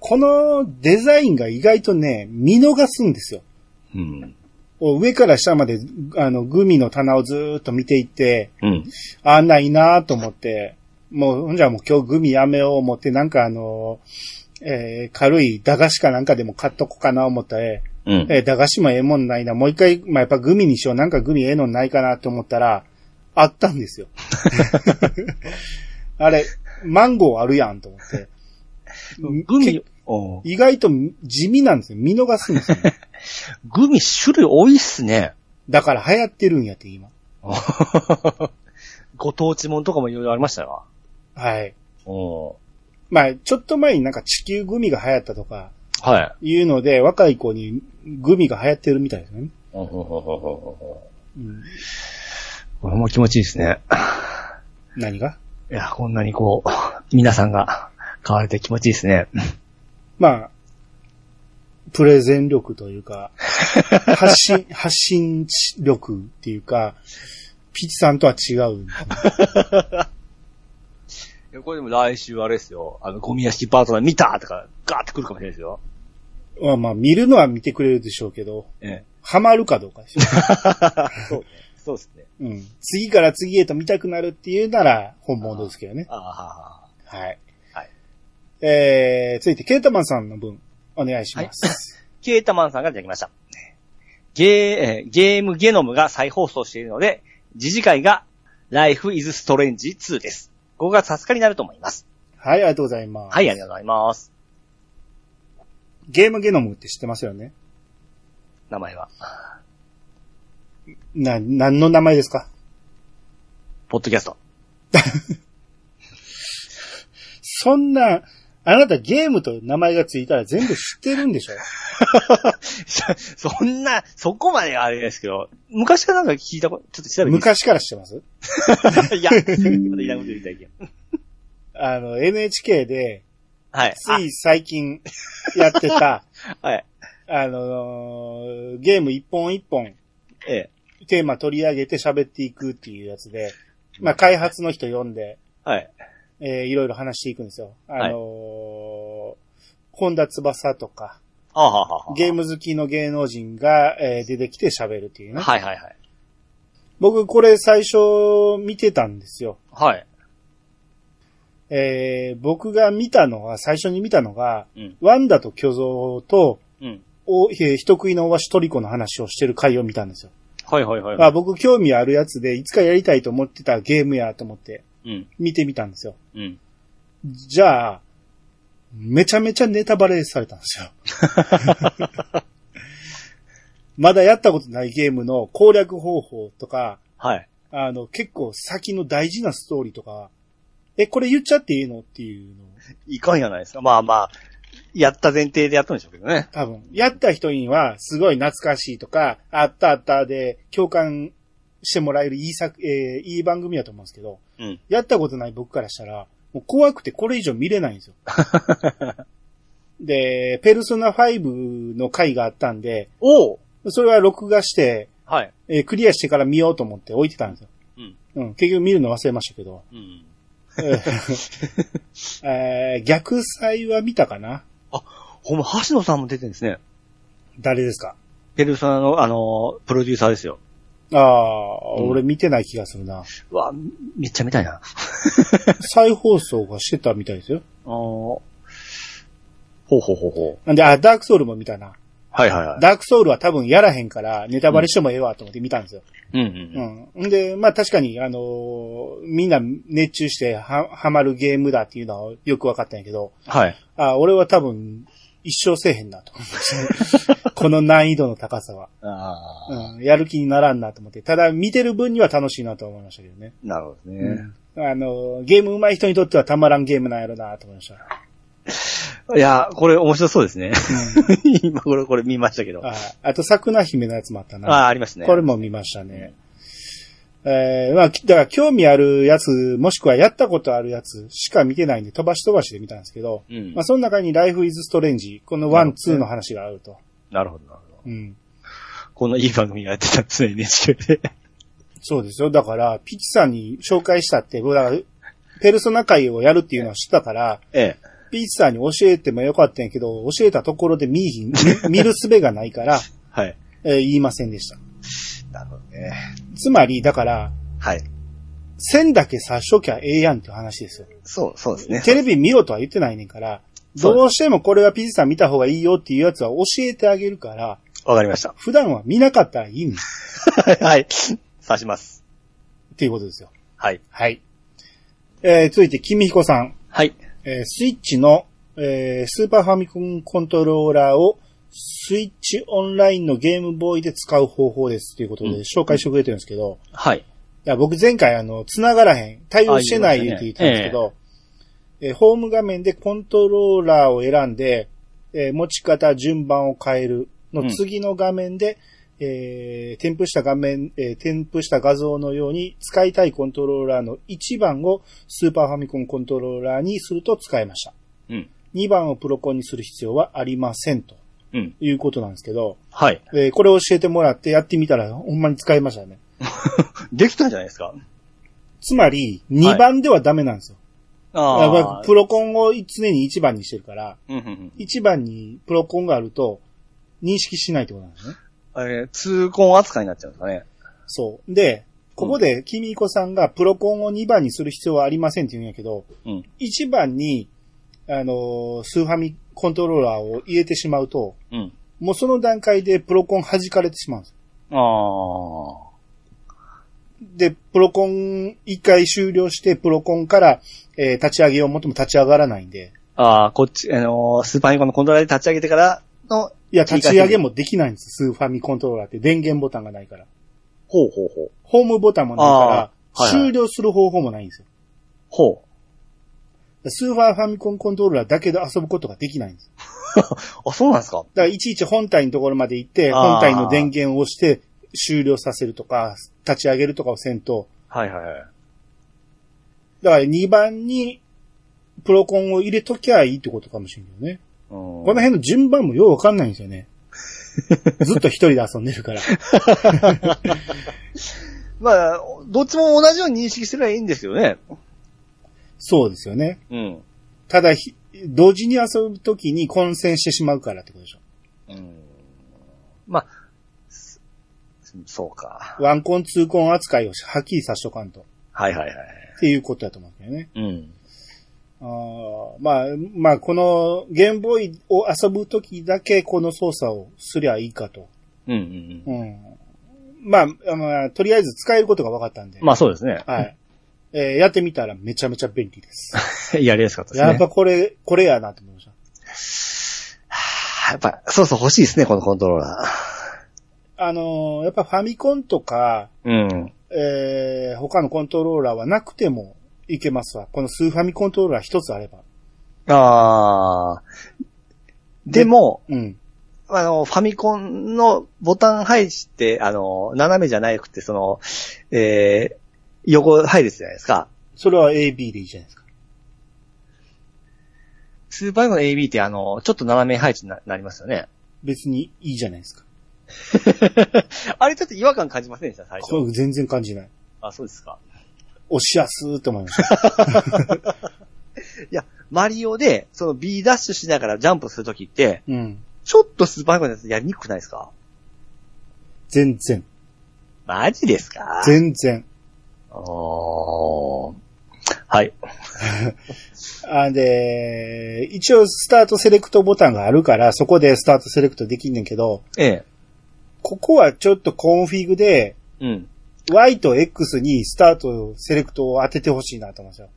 Speaker 1: このデザインが意外とね、見逃すんですよ。
Speaker 2: え。うん。
Speaker 1: 上から下まで、あの、グミの棚をずーっと見ていって、
Speaker 2: うん。
Speaker 1: あんないなと思って、もう、ほんじゃもう今日グミやめよう思って、なんかあの、えー軽い駄菓子かなんかでも買っとこうかな思ったら、え
Speaker 2: うん。
Speaker 1: ー駄菓子もええもんないな、もう一回、まあ、やっぱグミにしよう、なんかグミええのないかなと思ったら、あったん ですよ。あれ、マンゴーあるやんと思って。
Speaker 2: グミ、おう
Speaker 1: 意外と地味なんですよ。見逃すん ですよ。
Speaker 2: グミ種類多いっすね。
Speaker 1: だから流行ってるんやって、今。
Speaker 2: ご当地もんとかもいろいろありましたよ。
Speaker 1: はい。
Speaker 2: おう
Speaker 1: まあ、ちょっと前になんか地球グミが流行ったとか、
Speaker 2: はい。
Speaker 1: いうので、若い子にグミが流行ってるみたいですね。
Speaker 2: こ
Speaker 1: うん、
Speaker 2: れも気持ちいいですね。
Speaker 1: 何が
Speaker 2: いや、こんなにこう、皆さんが買われて気持ちいいですね。
Speaker 1: まあ、プレゼン力というか、発信、発信力っていうか、ピチさんとは違う。
Speaker 2: これでも来週あれですよ。あの、ゴミ屋敷パートナー見たとか、ガーってくるかもしれないですよ。
Speaker 1: まあまあ、見るのは見てくれるでしょうけど、
Speaker 2: ええ。
Speaker 1: ハマるかどうかですよ。
Speaker 2: そう、そうですね。
Speaker 1: うん。次から次へと見たくなるっていうなら、本物ですけどね。
Speaker 2: ああ、
Speaker 1: はい。
Speaker 2: はい。
Speaker 1: えー、続いて、ケータマンさんの分、お願いします。
Speaker 2: ケータマンさんがいただきました。ゲー、えーゲームゲノムが再放送しているので、次次回が Life is Strange 2です。5月20日になると思います。
Speaker 1: はい、ありがとうございます。
Speaker 2: はい、ありがとうございます。
Speaker 1: ゲームゲノムって知ってますよね
Speaker 2: 名前は。
Speaker 1: な、何の名前ですか
Speaker 2: ポッドキャスト。
Speaker 1: そんな、あなたゲームと名前がついたら全部知ってるん でしょ
Speaker 2: そそんな、そこまであれですけど、昔からなんか聞いたこと、ちょっと調べていい
Speaker 1: 昔から知ってます
Speaker 2: ですか いや、またいらんこと言いたいけど。
Speaker 1: あの、NHK で、
Speaker 2: はい。
Speaker 1: つい最近やって た、
Speaker 2: あはい。
Speaker 1: あのーゲーム一本一本
Speaker 2: ええ。
Speaker 1: テーマ取り上げて喋っていくっていうやつで、まあ、開発の人読んで、
Speaker 2: はい。
Speaker 1: えーいろいろ話していくんですよ。あのー本田翼とか、
Speaker 2: ああはあはあはあ。
Speaker 1: ゲーム好きの芸能人が、えー出てきて喋るっていうね。
Speaker 2: はいはいはい。
Speaker 1: 僕これ最初見てたんですよ。
Speaker 2: はい。
Speaker 1: えー僕が見たのは、最初に見たのが、
Speaker 2: うん
Speaker 1: ワンダと巨像と、
Speaker 2: うん。
Speaker 1: お、えー人食いのオワシトリコの話をしてる回を見たんですよ。
Speaker 2: はいはいはい。
Speaker 1: まあ僕興味あるやつで、いつかやりたいと思ってたゲームやと思って
Speaker 2: うん。
Speaker 1: 見てみたんですよ。
Speaker 2: うん。
Speaker 1: じゃあ、めちゃめちゃネタバレされたんですよ。 まだやったことないゲームの攻略方法とか、
Speaker 2: はい。
Speaker 1: あの、結構先の大事なストーリーとか、え、これ言っちゃっていいのっていうのを
Speaker 2: いかんやないですか。まあまあ、やった前提でやったんでしょうけどね。
Speaker 1: 多分。やった人には、すごい懐かしいとか、あったあったで、共感してもらえるいい作、えーいい番組だと思うんですけど、
Speaker 2: うん。
Speaker 1: やったことない僕からしたら、もう怖くてこれ以上見れないんで すよ。で、ペルソナ5の回があったんで、
Speaker 2: おう
Speaker 1: それは録画して、
Speaker 2: はい。
Speaker 1: えークリアしてから見ようと思って置いてたんですよ。
Speaker 2: うん。
Speaker 1: うん、結局見るの忘れましたけど。
Speaker 2: うん。
Speaker 1: えー逆祭は見たかな
Speaker 2: ほんま、橋野さんも出てるんですね。
Speaker 1: 誰ですか
Speaker 2: ペルソナの、あのー、プロデューサーですよ。
Speaker 1: ああ、
Speaker 2: うん
Speaker 1: 俺見てない気がする な。
Speaker 2: うわ、めっちゃ見たいな。
Speaker 1: 再放送がしてたみたいですよ。
Speaker 2: あーほうほうほうほ
Speaker 1: なんで、あ、ダークソウルも見たな。
Speaker 2: う。はいはいはい。
Speaker 1: ダークソウルは多分やらへんから、ネタバレしてもええわと思って見たんですよ。
Speaker 2: うんう
Speaker 1: うんん。んで、まあ確かに、あのーみんな熱中しては、はまるゲームだっていうのはよく分かったんやけど、
Speaker 2: はい。
Speaker 1: あ俺は多分、一生せえへん なと思いました。この難易度の高さ は。
Speaker 2: ああ、
Speaker 1: うん。やる気にならんなと思って。ただ、見てる分には楽しいなと思いましたけどね。
Speaker 2: なるほどね。
Speaker 1: あのーゲーム上手い人にとってはたまらんゲームなんやろなと思いました。
Speaker 2: いや、これ面白そうですね。
Speaker 1: うん
Speaker 2: 今頃これ見ましたけど。あ
Speaker 1: ああと、桜姫のやつもあったな。
Speaker 2: あー、ありますね。
Speaker 1: これも見ましたね。えー、まあ、きだから興味あるやつ、もしくはやったことあるやつしか見てないんで、飛ばし飛ばしで見たんですけど、
Speaker 2: うん
Speaker 1: まあ、その中に Life is Strange、この1、2
Speaker 2: なるほどね
Speaker 1: の話があると。
Speaker 2: なるほど、なるほ
Speaker 1: う
Speaker 2: ど。
Speaker 1: ん。
Speaker 2: こんないい番組がやってたんですね、NHK で。
Speaker 1: そうですよ。だから、ピチさんに紹介したって、僕だから、ペルソナ会をやるっていうのは知ったから、
Speaker 2: ええ。
Speaker 1: ピチさんに教えてもよかったんやけど、教えたところで見いひん、 見見る術がないから、
Speaker 2: はい。
Speaker 1: えー言いませんでした。
Speaker 2: なるほどね。
Speaker 1: つまり、だから、
Speaker 2: はい。
Speaker 1: 線だけ刺しときゃええやんっていう話ですよ。
Speaker 2: そう、そうですね。
Speaker 1: テレビ見ろとは言ってないねんから、
Speaker 2: そう
Speaker 1: どうしてもこれはピチさん見た方がいいよっていうやつは教えてあげるから、
Speaker 2: わかりました。
Speaker 1: 普段は見なかったらいいんっ
Speaker 2: はい。刺します。
Speaker 1: ていうことですよ。
Speaker 2: はい。
Speaker 1: はい。えー、続いて、君彦さん。
Speaker 2: はい。
Speaker 1: えースイッチの、えースーパーファミコンコントローラーをスイッチオンラインのゲームボーイで使う方法ですということ
Speaker 2: うん
Speaker 1: で紹介してくれてるんですけど、
Speaker 2: はい。
Speaker 1: いや僕前回あの、繋がらへん、対応してないって言ったんですけど、えーホーム画面でコントローラーを選んで、えー持ち方、順番を変えるの次の画面で、えー添付した画面、えー添付した画像のように使いたいコントローラーの1番をスーパーファミコンコントローラーにすると使えました。
Speaker 2: うん。
Speaker 1: 2番をプロコンにする必要はありませんと
Speaker 2: うん。
Speaker 1: いうことなんですけど、
Speaker 2: はい。
Speaker 1: えーこれを教えてもらってやってみたらほんまに使いましたね。
Speaker 2: できたんじゃないですか
Speaker 1: つまり、2番ではダメなんですよ。やっぱりプロコンを常に1番にしてるから、
Speaker 2: うんうんうん。
Speaker 1: 1番にプロコンがあると認識しないってことなんですね。
Speaker 2: あれ、痛恨扱いになっちゃうんですかね。
Speaker 1: そう。で、ここで、君子さんがプロコンを2番にする必要はありませんって言うんやけど、
Speaker 2: うん。
Speaker 1: 1番に、あのースーファミコントローラーを入れてしまうと、
Speaker 2: うん。
Speaker 1: もうその段階でプロコン弾かれてしまうんです。
Speaker 2: ああ。
Speaker 1: で、プロコン一回終了して、プロコンから、えー立ち上げようもっても立ち上がらないんで、
Speaker 2: ああ、こっち、あのースーパーニコンのコントローラーで立ち上げてからの、
Speaker 1: いや、立ち上げもできないんです、スーファミコントローラーって。電源ボタンがないから。
Speaker 2: ほうほうほう。
Speaker 1: ホームボタンもないか
Speaker 2: あー
Speaker 1: ら、
Speaker 2: はいはい
Speaker 1: 終了する方法もないんですよ。
Speaker 2: ほ
Speaker 1: スーパーファミコンコントローラーだけで遊ぶことができないんです。
Speaker 2: う。あ、そうなんですか
Speaker 1: だからいちいち本体のところまで行って、
Speaker 2: あー
Speaker 1: 本体の電源を押して終了させるとか、立ち上げるとかをせんと、
Speaker 2: はいはいはい。
Speaker 1: だから2番にプロコンを入れときゃいいってことかもしれんけどね。
Speaker 2: こ
Speaker 1: この辺の順番もようわかんないんですよ ね。ずっと一人で遊んでるから。
Speaker 2: まあ、どっちも同じように認識すればいいんですけどね。
Speaker 1: そうですよね。
Speaker 2: うん。
Speaker 1: ただひ、同時に遊ぶときに混戦してしまうからってことでしょ。
Speaker 2: うん。まあ、すそうか。
Speaker 1: ワンコン、ツーコン扱いをしはっきりさしとかんと。
Speaker 2: はいはいはい。
Speaker 1: っていうことだと思うんだよね。
Speaker 2: うん。
Speaker 1: あーまあ、まあ、このゲームボーイを遊ぶときだけこの操作をすりゃいいかと。
Speaker 2: うんうんう。
Speaker 1: うんん。まあ、まあ、とりあえず使えることが分かったんで。
Speaker 2: まあそうですね。
Speaker 1: はい。えーやってみたらめちゃめちゃ便利です。
Speaker 2: やりやすかったですね。
Speaker 1: やっぱこれ、これやなと思いました。
Speaker 2: はあやっぱ、そうそう欲しいですね、このコントローラ
Speaker 1: あのーやっぱファミコンとか、
Speaker 2: ー。うん。
Speaker 1: えー他のコントローラーはなくてもいけますわ。このスーファミコントローラー一つあれば。
Speaker 2: ああ。でも、
Speaker 1: うん。
Speaker 2: あの、ファミコンのボタン配置って、あの、斜めじゃなくて、その、えー、横配列じゃないですか。
Speaker 1: それは AB でいいじゃないですか。
Speaker 2: スーパーの AB って、あの、ちょっと斜め配置にななりますよね。
Speaker 1: 別にいいじゃないですか。
Speaker 2: あれちょっと違和感感じませんでした、最
Speaker 1: こ
Speaker 2: 初。
Speaker 1: れ全然感じない。
Speaker 2: あ、そうですか。
Speaker 1: 押しやすーって思いました。
Speaker 2: いや、マリオで、その B ダッシュしながらジャンプするときって、
Speaker 1: うん。
Speaker 2: ちょっとスーパーファミコンのやつやりにくくないですか
Speaker 1: 全然。
Speaker 2: マジですか
Speaker 1: 全然。
Speaker 2: おー。はい。
Speaker 1: あで、一応スタートセレクトボタンがあるから、そこでスタートセレクトできんねんけど、
Speaker 2: え
Speaker 1: ここはちょっとコンフィグで、
Speaker 2: え。うん。
Speaker 1: Y と X にスタートセレクトを当ててほしいなと思うんですよ。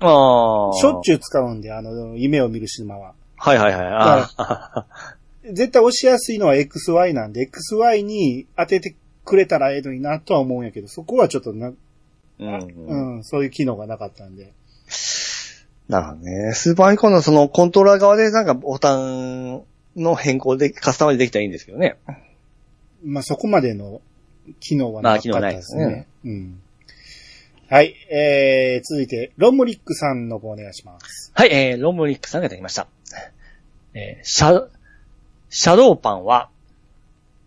Speaker 2: ああ。
Speaker 1: しょっち
Speaker 2: ゅう。
Speaker 1: ゅう使うんで、あの、夢を見る島は。
Speaker 2: はいはいはい。ああ。
Speaker 1: 絶対押しやすいのは XY なんで、XY に当ててくれたらええのになとは思うんやけど、そこはちょっとな、
Speaker 2: うん
Speaker 1: う。ん、そういう機能がなかったんで。
Speaker 2: なるほどね。スーパーアイコンのそのコントローラー側でなんかボタンの変更でカスタマイズできたらいいんですけどね。
Speaker 1: まあ、そこまでの機能はなかったですね。
Speaker 2: まあ機能ない
Speaker 1: うん。はい、えー、続いて、ロモリックさんの方お願いします。
Speaker 2: はい、えー、ロムリックさんがいただきました。えー、シャ、シャドーパンは、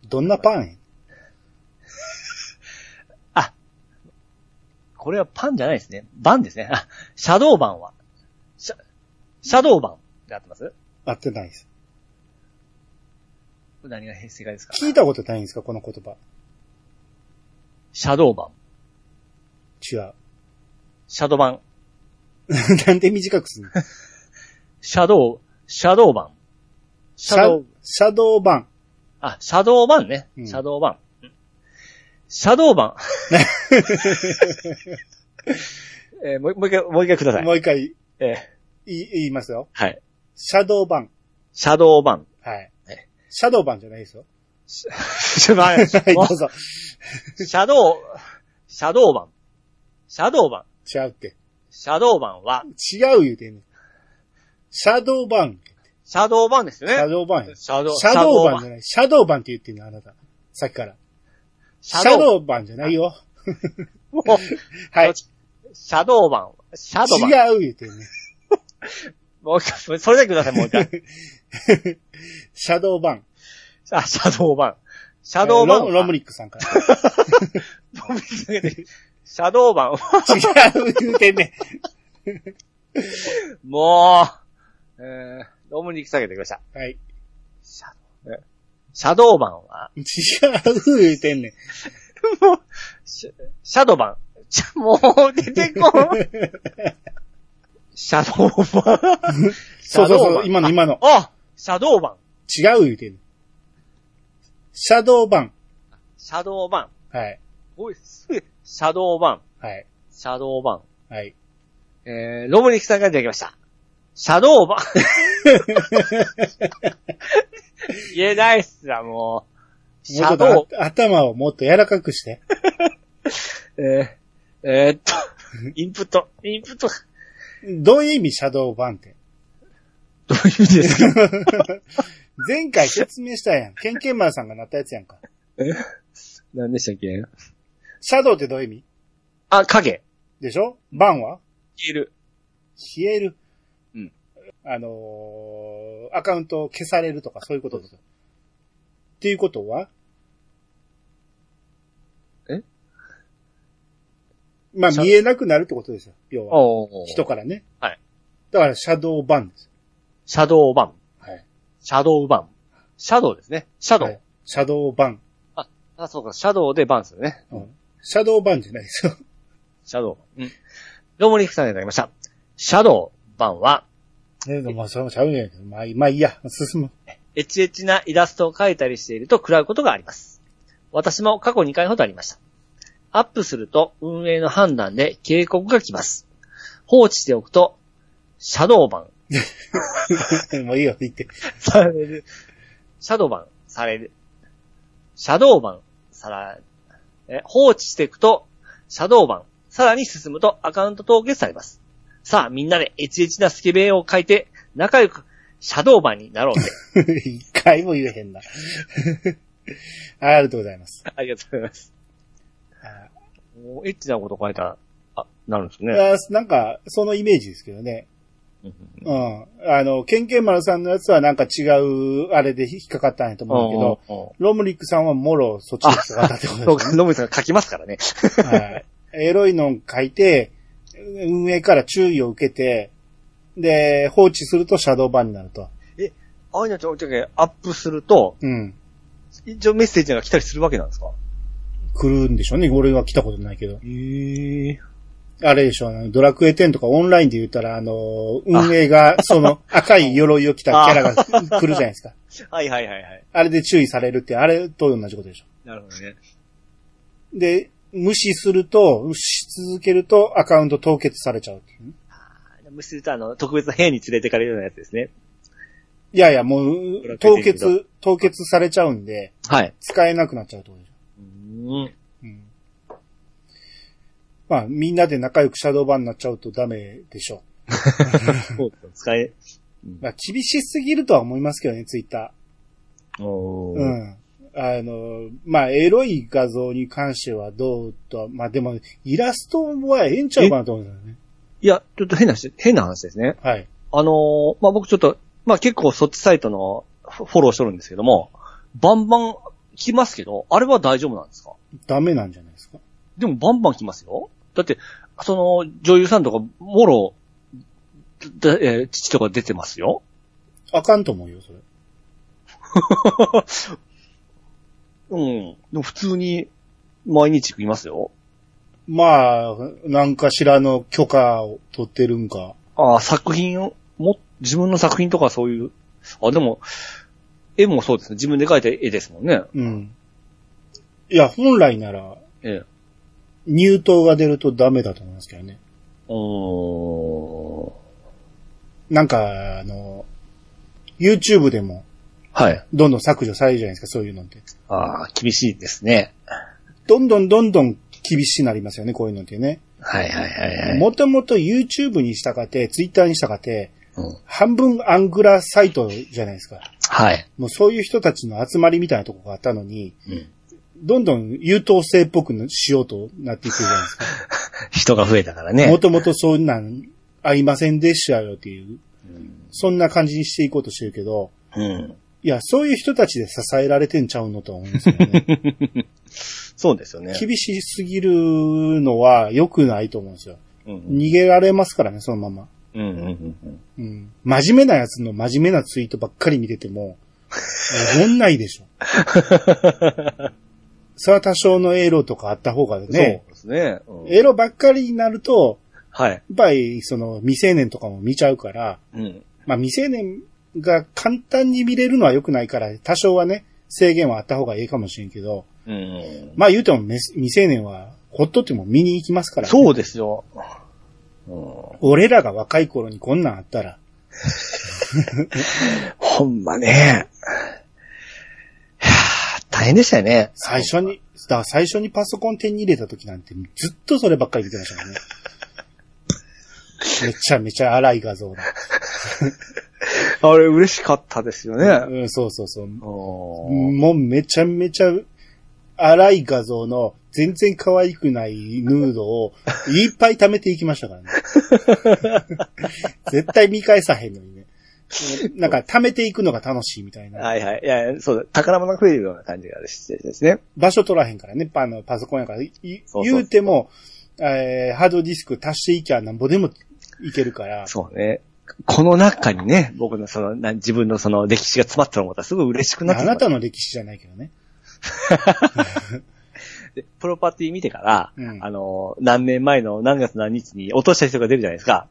Speaker 1: どんなパンへ
Speaker 2: これはパンじゃないですね。バンですね。あ、シャドーバンは、シャ、シャドーバンで合ってます
Speaker 1: 合ってないです。
Speaker 2: 何が正解ですか
Speaker 1: 聞いたことないんですかこの言葉。
Speaker 2: シャドーバン。
Speaker 1: 違う。
Speaker 2: シャドバン。
Speaker 1: なんで短くすんの
Speaker 2: シャドウ、シャドーバン。シ
Speaker 1: シ
Speaker 2: ャドウ
Speaker 1: ャ、シャドー版。
Speaker 2: あ、シャドーバンね。
Speaker 1: うん
Speaker 2: シャドーバン。うんシャド ーバン。えーもうもう一回、もう一回ください。
Speaker 1: もう一回
Speaker 2: えー
Speaker 1: 言い言いますよ。
Speaker 2: はい。
Speaker 1: シャドー版。
Speaker 2: シャドーバン。
Speaker 1: はい
Speaker 2: はい。
Speaker 1: シャドー版じゃないですよ。
Speaker 2: ちょっと待っ
Speaker 1: は
Speaker 2: て
Speaker 1: い、 ど
Speaker 2: も
Speaker 1: うぞ。
Speaker 2: うシャドウ、シャドーバン。シャドーバン。
Speaker 1: 違うって。
Speaker 2: シャドーバンは、
Speaker 1: 違う言うてんねんシャドー版。
Speaker 2: シャドーバンですよ
Speaker 1: シャ
Speaker 2: ね。
Speaker 1: ドー版や。
Speaker 2: シャド
Speaker 1: シャドー版
Speaker 2: シ
Speaker 1: じゃない。シャドー版って言ってんの、あなた。さっきから。シ
Speaker 2: ャドー
Speaker 1: ャドー版じゃないよ。
Speaker 2: もう
Speaker 1: はい。
Speaker 2: どっちシャドーバン。シャドーバン。
Speaker 1: 違う言うてんねん
Speaker 2: もう一回、それだけください、もう一回。
Speaker 1: シャドー版。
Speaker 2: あ、シャドーバン。シャドーバンは。
Speaker 1: ロロ ムリックさんから。
Speaker 2: ロムリックだけでシャドーバンは。
Speaker 1: 違う言うてんね
Speaker 2: もう、えー、ロムリック下げてください。
Speaker 1: んはい。
Speaker 2: シャドー、えシャドーバンは、
Speaker 1: 違う言うてんねん
Speaker 2: もう、シシャドーバン。 ちゃもう、出てこん。 シャドーバン。
Speaker 1: そうそう
Speaker 2: シャドー
Speaker 1: そ
Speaker 2: バ
Speaker 1: う、
Speaker 2: ン
Speaker 1: 今の今の。
Speaker 2: あシャドーバン。
Speaker 1: 違う言うてんねんシャドー版。
Speaker 2: シャドーバン。
Speaker 1: はい。
Speaker 2: おい、すげえシャドーバン。
Speaker 1: はい。
Speaker 2: シャドーバン。
Speaker 1: はい。
Speaker 2: えー、ロムリックさんが出てきました。シャドー バン。言えないっすわ、もう。シ
Speaker 1: もうちょ
Speaker 2: ャ
Speaker 1: っと
Speaker 2: ド
Speaker 1: あ頭をもっと柔らかくして。
Speaker 2: ー、えー、えーっと、インプット、インプット。
Speaker 1: どういう意味シャドー版 って。
Speaker 2: どういう意味ですか
Speaker 1: 前回説明したやん。ケンケンマンさんがなったやつやんか。
Speaker 2: 何でしたっけ
Speaker 1: シャドウってどういう意味
Speaker 2: あ、影。
Speaker 1: でしょ版は
Speaker 2: 消える。
Speaker 1: 消える。
Speaker 2: うん。
Speaker 1: あのーアカウントを消されるとかそういうことですよ。っていうことは
Speaker 2: え
Speaker 1: まあ
Speaker 2: シャ
Speaker 1: 見えなくなるってことですよ。要は。
Speaker 2: お
Speaker 1: 人からね。
Speaker 2: はい。
Speaker 1: だからシャドウ版です。
Speaker 2: シャドーバン。
Speaker 1: はい。
Speaker 2: シャドーバン。シャドウですね。シャドウ。
Speaker 1: はいシャドウ版。
Speaker 2: あ、そうか、シャドウでバンですよね。
Speaker 1: うんシャドウ版じゃないですよ。
Speaker 2: シャドウ。うん。ロムリックさんにいただきました。シャドウ、バンは、
Speaker 1: ね、でもそれもちゃうんやけど、まあ、まあいいや、進む。
Speaker 2: エッチエッチなイラストを描いたりしていると食らうことがあります。私も過去2回ほどありました。アップすると運営の判断で警告が来ます。放置しておくと、シャドウバ ン、
Speaker 1: もういいよ、言って。
Speaker 2: される。シャドーバン、される。シャドーバン、さら、え、放置していくと、シャドーバン、さらに進むとアカウント凍結されます。さあ、みんなでエチエチなスケベを書いて、仲良く、シャドーバンになろうぜ。
Speaker 1: 一回も言えへんな。 ありがとうございます。
Speaker 2: ありがとうございます。もうエッチなこと書いたら、あ、なるんです
Speaker 1: い
Speaker 2: ね。
Speaker 1: やなんか、そのイメージですけどね。
Speaker 2: うん
Speaker 1: うん。あの、ケンケンマルさんのやつはなんか違う、あれで引っかかったんやと思うけど、ロムリックさんはもろそっちに引っかかったってこ
Speaker 2: そう
Speaker 1: と
Speaker 2: か、ノムさんが書きますからね。
Speaker 1: です、ね。はい。エロいの書いて、運営から注意を受けて、で、放置するとシャドー版になると。
Speaker 2: あいのちょ、ちょ、アップすると、
Speaker 1: うん。
Speaker 2: 一応メッセージが来たりするわけなんですか
Speaker 1: 来るんでしょうね。俺は来たことないけど。
Speaker 2: ええ
Speaker 1: あれでしょ、あのドラクエ10とかオンラインで言ったら、あの、運営が、その、赤い鎧を着たキャラが来るじゃないですか。
Speaker 2: はいはいはいはい。
Speaker 1: あれで注意されるって、あれと同じことでしょ。
Speaker 2: なるほどね。
Speaker 1: で、無視すると、無視し続けると、アカウント凍結されちゃうっていうね。
Speaker 2: 無視するとあの、特別な部屋に連れてかれるようなやつですね。
Speaker 1: いやいや、もう、凍結、凍結されちゃうんで、
Speaker 2: はい。
Speaker 1: 使えなくなっちゃうってことでしょ。
Speaker 2: うん。
Speaker 1: うん。まあ、みんなで仲良くシャドーバンになっちゃうとダメでしょ
Speaker 2: そうそう使え、
Speaker 1: う。まあ、厳しすぎるとは思いますけどね、ツイッタ
Speaker 2: お
Speaker 1: ー。
Speaker 2: ー
Speaker 1: うん。あの、まあ、エロい画像に関してはどうとは、まあでも、イラストはええんちゃうかなと思うんだよね。
Speaker 2: いや、ちょっと変な話、変な話ですね。
Speaker 1: はい。
Speaker 2: あのーまあ、僕ちょっと、まあ、結構そっちサイトのフォフォローしとるんですけども、バンバン来ますけど、あれは大丈夫なんですか
Speaker 1: ダメなんじゃないですか。
Speaker 2: でもバンバン来ますよ。だって、その、女優さんとか、もろ、だえー父とか出てますよ。
Speaker 1: あかんと思うよ、それ。
Speaker 2: うん。でも普通に、毎日来ますよ。
Speaker 1: まあ、なんかしらの許可を取ってるんか。
Speaker 2: ああ、作品を、も、自分の作品とかそういう、あ、でも、絵もそうですね。自分で描いた絵ですもんね。
Speaker 1: うん。いや、本来なら、
Speaker 2: ええ。
Speaker 1: 入刀が出るとダメだと思いますけどね。
Speaker 2: うーん。
Speaker 1: なんか、あの、YouTube でも、
Speaker 2: はい。
Speaker 1: どんどん削除されるじゃないですか、そういうのって。
Speaker 2: ああ、厳しいですね。
Speaker 1: どんどんどんどん厳しくなりますよね、こういうのってね。
Speaker 2: はいはいはいはい。
Speaker 1: もともと YouTube にしたかて、Twitter にしたかて、
Speaker 2: うん、
Speaker 1: 半分アングラサイトじゃないですか。
Speaker 2: はい。
Speaker 1: もうそういう人たちの集まりみたいなとこがあったのに、
Speaker 2: うん
Speaker 1: どんどん優等生っぽくしようとなっていくじゃないですか。
Speaker 2: 人が増えたから
Speaker 1: も
Speaker 2: ね。
Speaker 1: ともとそんなんありませんでしたよっていう、そんな感じにしていこうとしてるけど、
Speaker 2: うん。
Speaker 1: いや、そういう人たちで支えられてんちゃうのとは思うんですよ ね。
Speaker 2: そうですよね。
Speaker 1: 厳しすぎるのは良くないと思うんですよ。
Speaker 2: うん。
Speaker 1: 逃げられますからね、そのまま。
Speaker 2: うんうんうんう
Speaker 1: う
Speaker 2: ん。
Speaker 1: ん。真面目なやつの真面目なツイートばっかり見てても、おもんないで しょ。それは多少のエロとかあった方がね、
Speaker 2: そうですね。うん
Speaker 1: エロばっかりになると、
Speaker 2: はい。
Speaker 1: やっぱり、その、未成年とかも見ちゃうから、
Speaker 2: うん。
Speaker 1: まあ未成年が簡単に見れるのは良くないから、多少はね、制限はあった方がいいかもしれんけど、
Speaker 2: うんうん。
Speaker 1: まあ言うてもめ未成年は、ほっとっても見に行きますから、ね。
Speaker 2: そうですよ。うん
Speaker 1: 俺らが若い頃にこんなんあったら、
Speaker 2: ほんまね。はぁ大変でしたよね。
Speaker 1: 最初に、だから最初にパソコン手に入れた時なんてずっとそればっかり見てましたか らね。めちゃめちゃ荒い画像だ。
Speaker 2: あれ嬉しかったですよね。
Speaker 1: うん、そうそうそう。
Speaker 2: うん
Speaker 1: もうめちゃめちゃ荒い画像の全然可愛くないヌードをいっぱい貯めていきましたからね。 絶対見返さへんのにね。なんか貯めていくのが楽しいみたいな。
Speaker 2: はいはい。いや、そうだ。宝物が増えるような感じがしてですね。
Speaker 1: 場所取らへんからね、パのパソコンやから。いい
Speaker 2: そうそう
Speaker 1: 言うても、えーハードディスク足していきゃなんぼでもいけるから。
Speaker 2: そうね。この中にね、僕のその、な自分のその歴史が詰まったのもまたすごい嬉しくなって
Speaker 1: あ
Speaker 2: きま
Speaker 1: な
Speaker 2: した
Speaker 1: たの歴史じゃないけどね。
Speaker 2: でプロパティ見てから、
Speaker 1: うん
Speaker 2: あの、何年前の何月何日に落とした人が出るじゃないですか。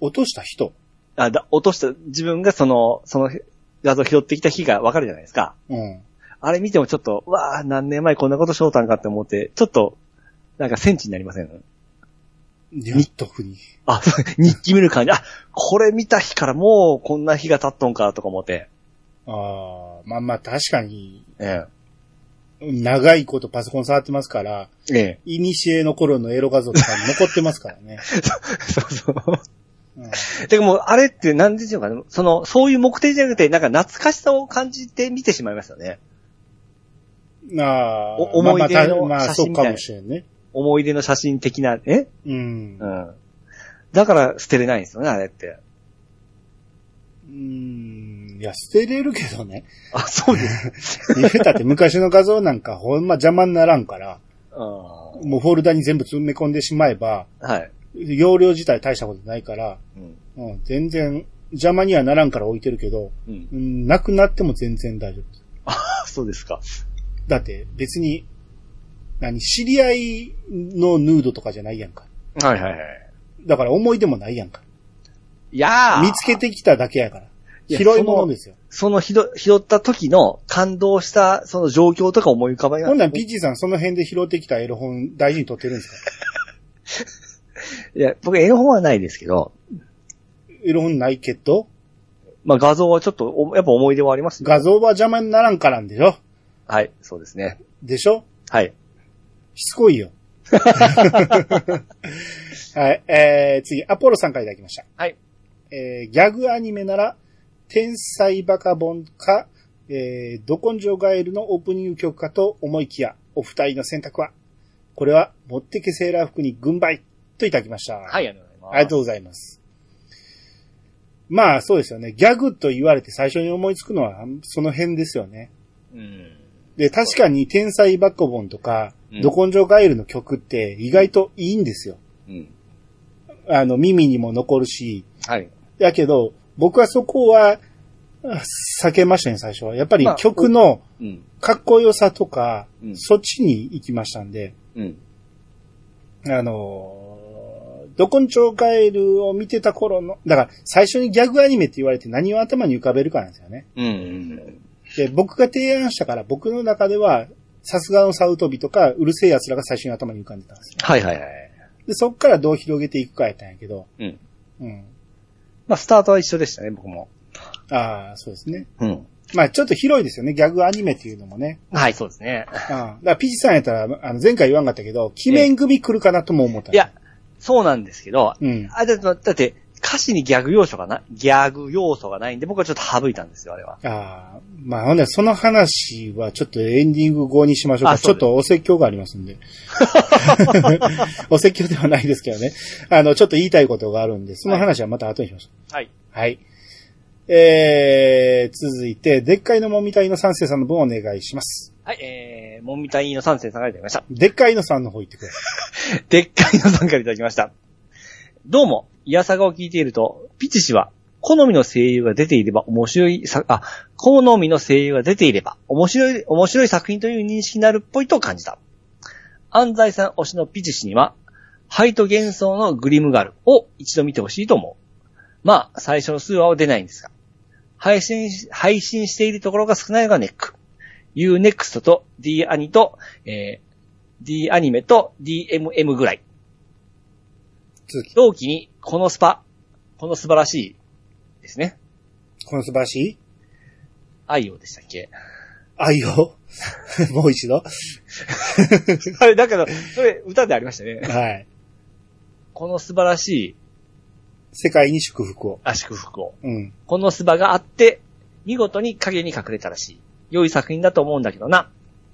Speaker 1: 落とした人。
Speaker 2: あだ落とした、自分がその、その画像拾ってきた日がわかるじゃないですか。
Speaker 1: うん。
Speaker 2: あれ見てもちょっと、わあ何年前こんなことしようたんかって思って、ちょっと、なんかセンチになりません
Speaker 1: やっとふに。
Speaker 2: あ、 そう日記見る感じ。あ、これ見た日からもうこんな日が経っとんかとか思って。
Speaker 1: ああ、まあまあ確かに、
Speaker 2: え
Speaker 1: 長いことパソコン触ってますから、
Speaker 2: え。ええ。
Speaker 1: イニシエの頃のエロ画像とか残ってますからね。
Speaker 2: そうそう。
Speaker 1: うん
Speaker 2: てかもう、あれって何でしょうかね。その、そういう目的じゃなくて、なんか懐かしさを感じて見てしまいますよね。
Speaker 1: なあ、
Speaker 2: お思い出の
Speaker 1: まあまあたまあ
Speaker 2: 写
Speaker 1: そう
Speaker 2: 真み
Speaker 1: か
Speaker 2: たいな
Speaker 1: もしれんね。
Speaker 2: 思い出の写真的な、ね。
Speaker 1: うん
Speaker 2: う。ん。だから捨てれないんですよね、あれって。
Speaker 1: うん。いや、捨てれるけどね。
Speaker 2: あ、そうです。
Speaker 1: 言うたって昔の画像なんかほんま邪魔にならんから、
Speaker 2: うん。は
Speaker 1: もうフォルダに全部詰め込んでしまえば、
Speaker 2: い。
Speaker 1: 容量自体大したことないから、
Speaker 2: うん。
Speaker 1: うん、全然邪魔にはならんから置いてるけど、
Speaker 2: うん。
Speaker 1: うん、なくなっても全然大丈夫。
Speaker 2: あ、そうですか。
Speaker 1: だって別に、何、知り合いのヌードとかじゃないやんか。
Speaker 2: はいはいはい。
Speaker 1: だから思い出もないやんか。
Speaker 2: いやー。
Speaker 1: 見つけてきただけやから。
Speaker 2: いや
Speaker 1: 拾い物ですよ。
Speaker 2: その拾、拾った時の感動した、その状況とか思い浮かばない。
Speaker 1: ほんならピッチーさんその辺で拾ってきたエロ本大事に取ってるんですか
Speaker 2: いや、僕絵の方はないですけど、
Speaker 1: エロ本ないけど、
Speaker 2: まあ画像はちょっとお、やっぱ思い出はありますね。
Speaker 1: 画像は邪魔にならんからんでしょ
Speaker 2: はい、そうですね。
Speaker 1: でしょ
Speaker 2: はい。
Speaker 1: しつこ いよ。はい、えー、次、アポロさんからいただきました。
Speaker 2: はい。
Speaker 1: えー、ギャグアニメなら、天才バカボンか、えー、ど根性ガエルのオープニング曲かと思いきや、お二人の選択は、これは、持ってけセーラー服に軍配、といただきました。
Speaker 2: はい、ありがとうございます。
Speaker 1: ありがとうございます。まあ、そうですよね。ギャグと言われて最初に思いつくのは、その辺ですよね。
Speaker 2: うん。
Speaker 1: で、確かに天才バッコボンとか、
Speaker 2: うん
Speaker 1: ドコンジョガエルの曲って意外といいんですよ。
Speaker 2: うん。
Speaker 1: あの、耳にも残るし。
Speaker 2: はい。
Speaker 1: だけど、僕はそこは、あ避けましたね、最初は。やっぱり
Speaker 2: まあ
Speaker 1: 曲の
Speaker 2: うん。
Speaker 1: かっこよさとか、
Speaker 2: うん
Speaker 1: そっちに行きましたんで、
Speaker 2: うん。
Speaker 1: あのー、ドコンジョガエルを見てた頃の、だから最初にギャグアニメって言われて何を頭に浮かべるかなんですよね。
Speaker 2: うんうん。
Speaker 1: で、僕が提案したから僕の中では、さすがのサウトビとか、うるせえ奴らが最初に頭に浮かんでたんですよ
Speaker 2: はいはいはい。
Speaker 1: で、そっからどう広げていくかやったんやけど。
Speaker 2: うん。
Speaker 1: うん。
Speaker 2: まあ、スタートは一緒でしたね、僕も。
Speaker 1: ああ、そうですね。
Speaker 2: うん。
Speaker 1: まあちょっと広いですよね。ギャグアニメっていうのもね。
Speaker 2: はい、そうですね。
Speaker 1: うん。だからピチさんやったら、あの、前回言わんかったけど、鬼面組来るかなとも思った。
Speaker 2: い。や、そうなんですけど、
Speaker 1: うん。
Speaker 2: あ、だって、だって、歌詞にギャグ要素がな、ギャグ要素がないんで、僕はちょっと省いたんですよ、あれは。
Speaker 1: ああ、まあほんで、その話はちょっとエンディング後にしましょうか。
Speaker 2: あ
Speaker 1: ちょ
Speaker 2: そう
Speaker 1: っ
Speaker 2: です
Speaker 1: とお説教がありますんで。 お説教ではないですけどね。あの、ちょっと言いたいことがあるんで、その話はまた後にしましょう。
Speaker 2: はい。
Speaker 1: はい。えー、続いて、でっかいのもみたいの三世さんの分お願いします。
Speaker 2: はい、えー、もみたいの3世さんからいただきました。
Speaker 1: でっかいのさんの方行ってくださ
Speaker 2: でっかいのさんからいただきました。どうも、イヤサガを聞いていると、ピチ氏は、好みの声優が出ていれば面白いさ、あ、好みの声優が出ていれば面白い、面白い作品という認識になるっぽいと感じた。安西さん推しのピチ氏には、ハイと幻想のグリムガルを一度見てほしいと思う。まあ、最初の数話は出ないんですが、配信し、配信しているところが少ないのがネック。UNEXT と D アニと、えー D アニメと DMM ぐらい。
Speaker 1: 続き
Speaker 2: 同期に、このスパ、この素晴らしいですね。
Speaker 1: い。この素晴らしい
Speaker 2: 愛をでしたっけ
Speaker 1: 愛をもう一度。
Speaker 2: あれ、だけど、それ歌でありましたね。
Speaker 1: はい。
Speaker 2: この素晴らしい、
Speaker 1: 世界に祝福を。
Speaker 2: あ、祝福を。
Speaker 1: うん。
Speaker 2: このスパがあって、見事に影に隠れたらしい。良い作品だと思うんだけどな。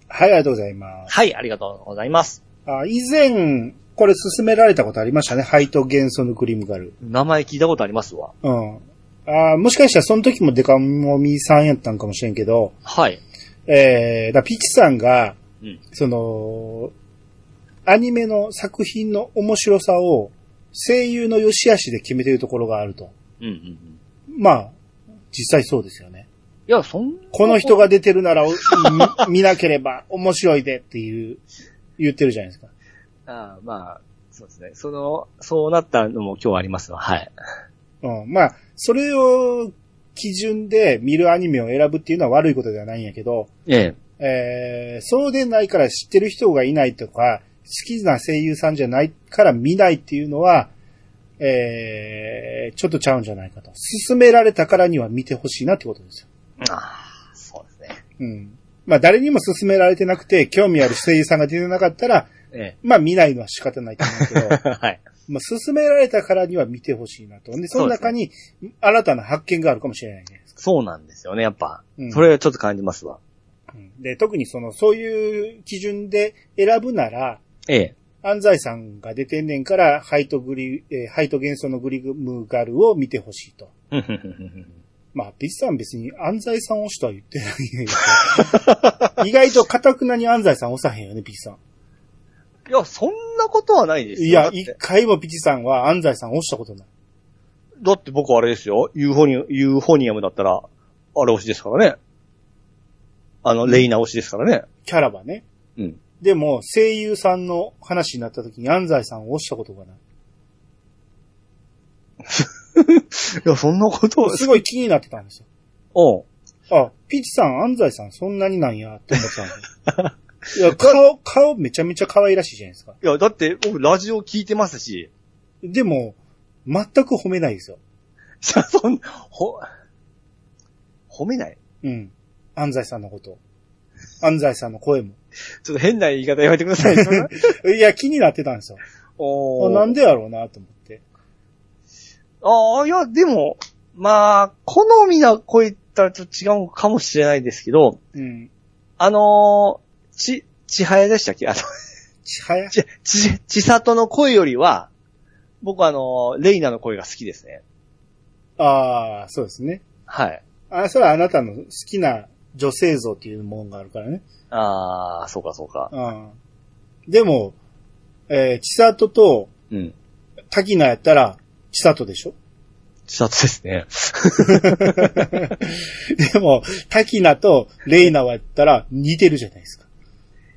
Speaker 1: はい、ありがとうございます。
Speaker 2: はい、ありがとうございます。
Speaker 1: あ以前、これ勧められたことありましたね。ハイと幻想のクリームガル。
Speaker 2: 名前聞いたことありますわ。
Speaker 1: うん。あもしかしたらその時もデカモミさんやったんかもしれんけど、
Speaker 2: はい。
Speaker 1: えー、だからピチさんが、
Speaker 2: うん
Speaker 1: その、アニメの作品の面白さを声優の良し悪しで決めてるところがあると。
Speaker 2: うんうんうん。
Speaker 1: まあ、実際そうですよね。
Speaker 2: いや、そん
Speaker 1: この人が出てる ならお見見なければ面白いでっていう、言ってるじゃないですか。
Speaker 2: あーまあ、そうですね。その、そうなったのも今日ありますわ。はい。
Speaker 1: うん。まあ、それを基準で見るアニメを選ぶっていうのは悪いことではないんやけど、
Speaker 2: ええ。
Speaker 1: えー、そうでないから知ってる人がいないとか、好きな声優さんじゃないから見ないっていうのは、えー、ちょっとちゃうんじゃないかと。勧められたからには見てほしいなってことですよ。
Speaker 2: ああ、そうですね。
Speaker 1: うん。まあ、誰にも勧められてなくて、興味ある声優さんが出てなかったら、
Speaker 2: え
Speaker 1: まあ、見ないのは仕方ないと思うけ ど、
Speaker 2: え。はい。
Speaker 1: まあ、勧められたからには見てほしいなと。で、その中に、新たな発見があるかもしれないね。
Speaker 2: そうなんですよね、やっぱ。
Speaker 1: うん
Speaker 2: それはちょっと感じますわ。
Speaker 1: うんで、特にその、そういう基準で選ぶなら、
Speaker 2: ええ。
Speaker 1: 安西さんが出てんねんから、ハイトグリ、えーハイト幻想のグリムガルを見てほしいと。まあ、ピッチさん別に安西さん推しとは言ってないんや けど意外と堅くなに安西さん押さへんよね、ピッチさん。
Speaker 2: いや、そんなことはないですよ。
Speaker 1: いや
Speaker 2: だ、っ
Speaker 1: 一
Speaker 2: て、
Speaker 1: 回もピッチさんは安西さん押したことない。
Speaker 2: だって僕あれですよ。ユーフォニアユーフォニアムだったら、あれ推しですからね。あの、レイナ推しですからね。
Speaker 1: キャラはね。
Speaker 2: うん。
Speaker 1: でも、声優さんの話になった時に安西さんを押したことがない。
Speaker 2: いや、そんなことを
Speaker 1: すごい気になってたんです
Speaker 2: おう
Speaker 1: よ。あ、ピーチさん、安西さん、そんなになんや、って思ってたん ですよいや、顔、顔めちゃめちゃ可愛らしいじゃないですか。
Speaker 2: いや、だって、僕、ラジオ聞いてますし。
Speaker 1: でも、全く褒めないですよ。
Speaker 2: いや、そん、ほ、褒めない
Speaker 1: うん。安西さんのこと。安西さんの声も。
Speaker 2: ちょっと変な言い方やめてください。
Speaker 1: いや、気になってたんですよ。
Speaker 2: お
Speaker 1: あ
Speaker 2: ー
Speaker 1: なんでやろうな、と思って。
Speaker 2: ああ、いや、でも、まあ、好みな声ったらちょっと違うのかもしれないですけど、
Speaker 1: うん。
Speaker 2: あのーち、ちはやでしたっけあの、
Speaker 1: ちはや。
Speaker 2: ち、ち、ちさとの声よりは、僕はあのーレイナの声が好きですね。
Speaker 1: ああ、そうですね。
Speaker 2: はい。
Speaker 1: あ、それはあなたの好きな女性像っていうもんがあるからね。
Speaker 2: ああ、そうかそうか。
Speaker 1: うん。でも、えー、千里と
Speaker 2: うん。
Speaker 1: 滝菜やったら、千里でしょ
Speaker 2: ちさとですね。
Speaker 1: でも、滝菜とレイナはやったら似てるじゃないですか。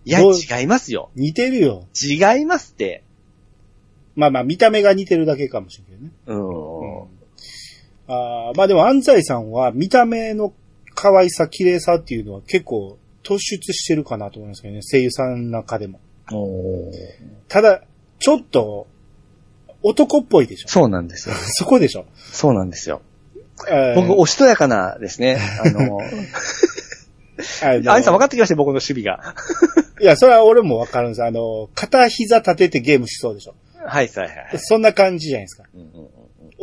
Speaker 2: いや、
Speaker 1: どう
Speaker 2: 違いますよ。
Speaker 1: 似てるよ。
Speaker 2: 違いますって。
Speaker 1: まあまあ、見た目が似てるだけかもしれないね。
Speaker 2: う
Speaker 1: うん
Speaker 2: ん。
Speaker 1: あーまあでも安西さんは見た目の可愛さ、綺麗さっていうのは結構突出してるかなと思いますけどね、声優さんの中でも。
Speaker 2: おー
Speaker 1: ただ、ちょっと、男っぽいでしょ。
Speaker 2: そうなんですよ。
Speaker 1: そこでしょ。
Speaker 2: そうなんですよ。
Speaker 1: えー
Speaker 2: 僕、おしとやかなですね。あのー、
Speaker 1: あの
Speaker 2: あいさん分かってきましたよ僕の守備が。
Speaker 1: いや、それは俺もわかるんです。あの、片膝立ててゲームしそうでしょ。
Speaker 2: はい、はい、はい。
Speaker 1: そんな感じじゃないですか。
Speaker 2: うんうん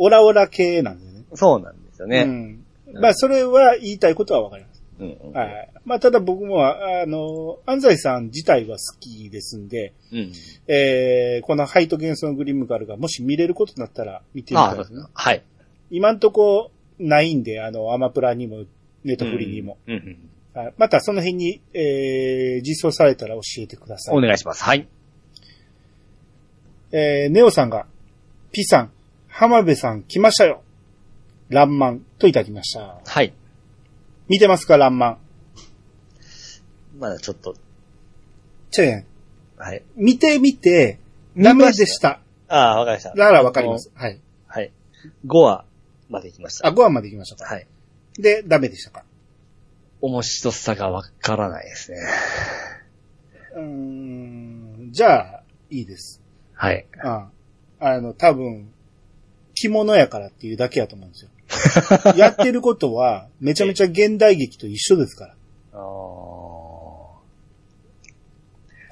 Speaker 1: オラオラ系なんだよね。
Speaker 2: うんそうなんですよ
Speaker 1: う
Speaker 2: ね。
Speaker 1: ん。まあ、それは言いたいことはわかります。
Speaker 2: うんうん
Speaker 1: は。い。まあ、ただ僕も、あの、安西さん自体は好きですんで、
Speaker 2: うん
Speaker 1: えー、このハイと幻想のグリムガルがもし見れることになったら見てみた
Speaker 2: ああ
Speaker 1: い
Speaker 2: そ
Speaker 1: で
Speaker 2: うですす
Speaker 1: ね
Speaker 2: ね。。はい。
Speaker 1: 今んとこないんで、あの、アマプラにも、ネットフリーにも。
Speaker 2: うんうん。
Speaker 1: あまたその辺に、えー、実装されたら教えてください。
Speaker 2: お願いします。はい。
Speaker 1: えー、ネオさんが、P さん、浜辺さん来ましたよ。ランマンといただきました。
Speaker 2: はい。
Speaker 1: 見てますか、ランマン。
Speaker 2: まだちょっと、
Speaker 1: チェーン。
Speaker 2: はい。
Speaker 1: 見てみて、ダメでした。
Speaker 2: ああ、わかりました。
Speaker 1: ならわかります。はい。
Speaker 2: はい。5話まで行きました。
Speaker 1: あ、5話まで行きましたか。
Speaker 2: はい。
Speaker 1: で、ダメでしたか。
Speaker 2: 面白さがわからないですね。
Speaker 1: うーん、じゃあ、いいです。
Speaker 2: はい。
Speaker 1: ああの、多分、着物やからっていうだけやと思うんですよ。やってることは、めちゃめちゃ現代劇と一緒ですから。
Speaker 2: ああ。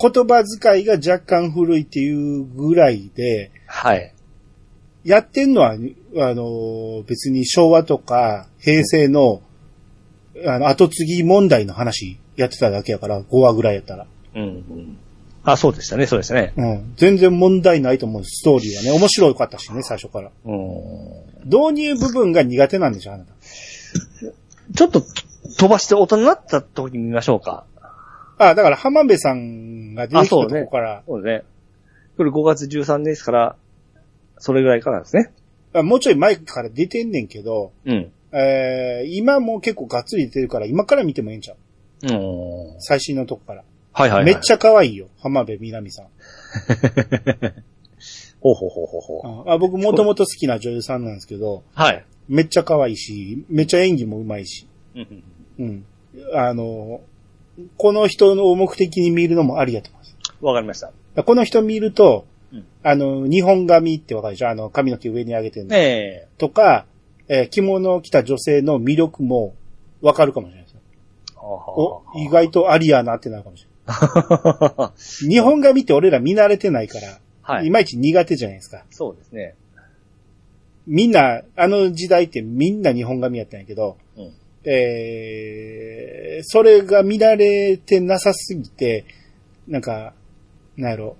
Speaker 1: 言葉遣いが若干古いっていうぐらいで、
Speaker 2: はい。
Speaker 1: やってんのは、あの、別に昭和とか平成の、あの、後継ぎ問題の話やってただけやから、5話ぐらいやったら。
Speaker 2: うんうん。あ、そうでしたね、そうでしたね。
Speaker 1: うん。全然問題ないと思うストーリーはね。面白かったしね、最初から。
Speaker 2: うん。
Speaker 1: 導入部分が苦手なんでしょ、あなた。
Speaker 2: ちょっと飛ばして大人になった時に見ましょうか。
Speaker 1: あ、だから浜辺さんが出てきたとこから、
Speaker 2: そうですね。これ5月13ですから、それぐらいからですね。
Speaker 1: あもうちょい前から出てんねんけど、
Speaker 2: うん。
Speaker 1: えー、今もう結構がっつり出てるから、今から見てもええんちゃう
Speaker 2: うん。
Speaker 1: 最新のとこから。
Speaker 2: はいはい、はい。
Speaker 1: めっちゃ可愛いよ、浜辺美波さん。
Speaker 2: ほうほうほうほうほう。
Speaker 1: あ僕もともと好きな女優さんなんですけど、
Speaker 2: はい。
Speaker 1: めっちゃ可愛いし、めっちゃ演技も上手いし。
Speaker 2: うん。
Speaker 1: うん。あの、この人の目的に見るのもありやと思います。
Speaker 2: わかりました。
Speaker 1: この人見ると、
Speaker 2: うん
Speaker 1: あの、日本髪ってわかるでしょあの、髪の毛上に上げてるの。
Speaker 2: ええ
Speaker 1: とか、えー着物を着た女性の魅力もわかるかもしれないですよ。 お、意外とありやなってなるかもしれ
Speaker 2: 外。
Speaker 1: ない。日本髪って俺ら見慣れてないから、、
Speaker 2: はいい。
Speaker 1: まいち苦手じゃないですか。
Speaker 2: そうですね。
Speaker 1: みんな、あの時代ってみんな日本髪やったんやけど、
Speaker 2: うん
Speaker 1: えー、それが見られてなさすぎて、なんか、なんやろ、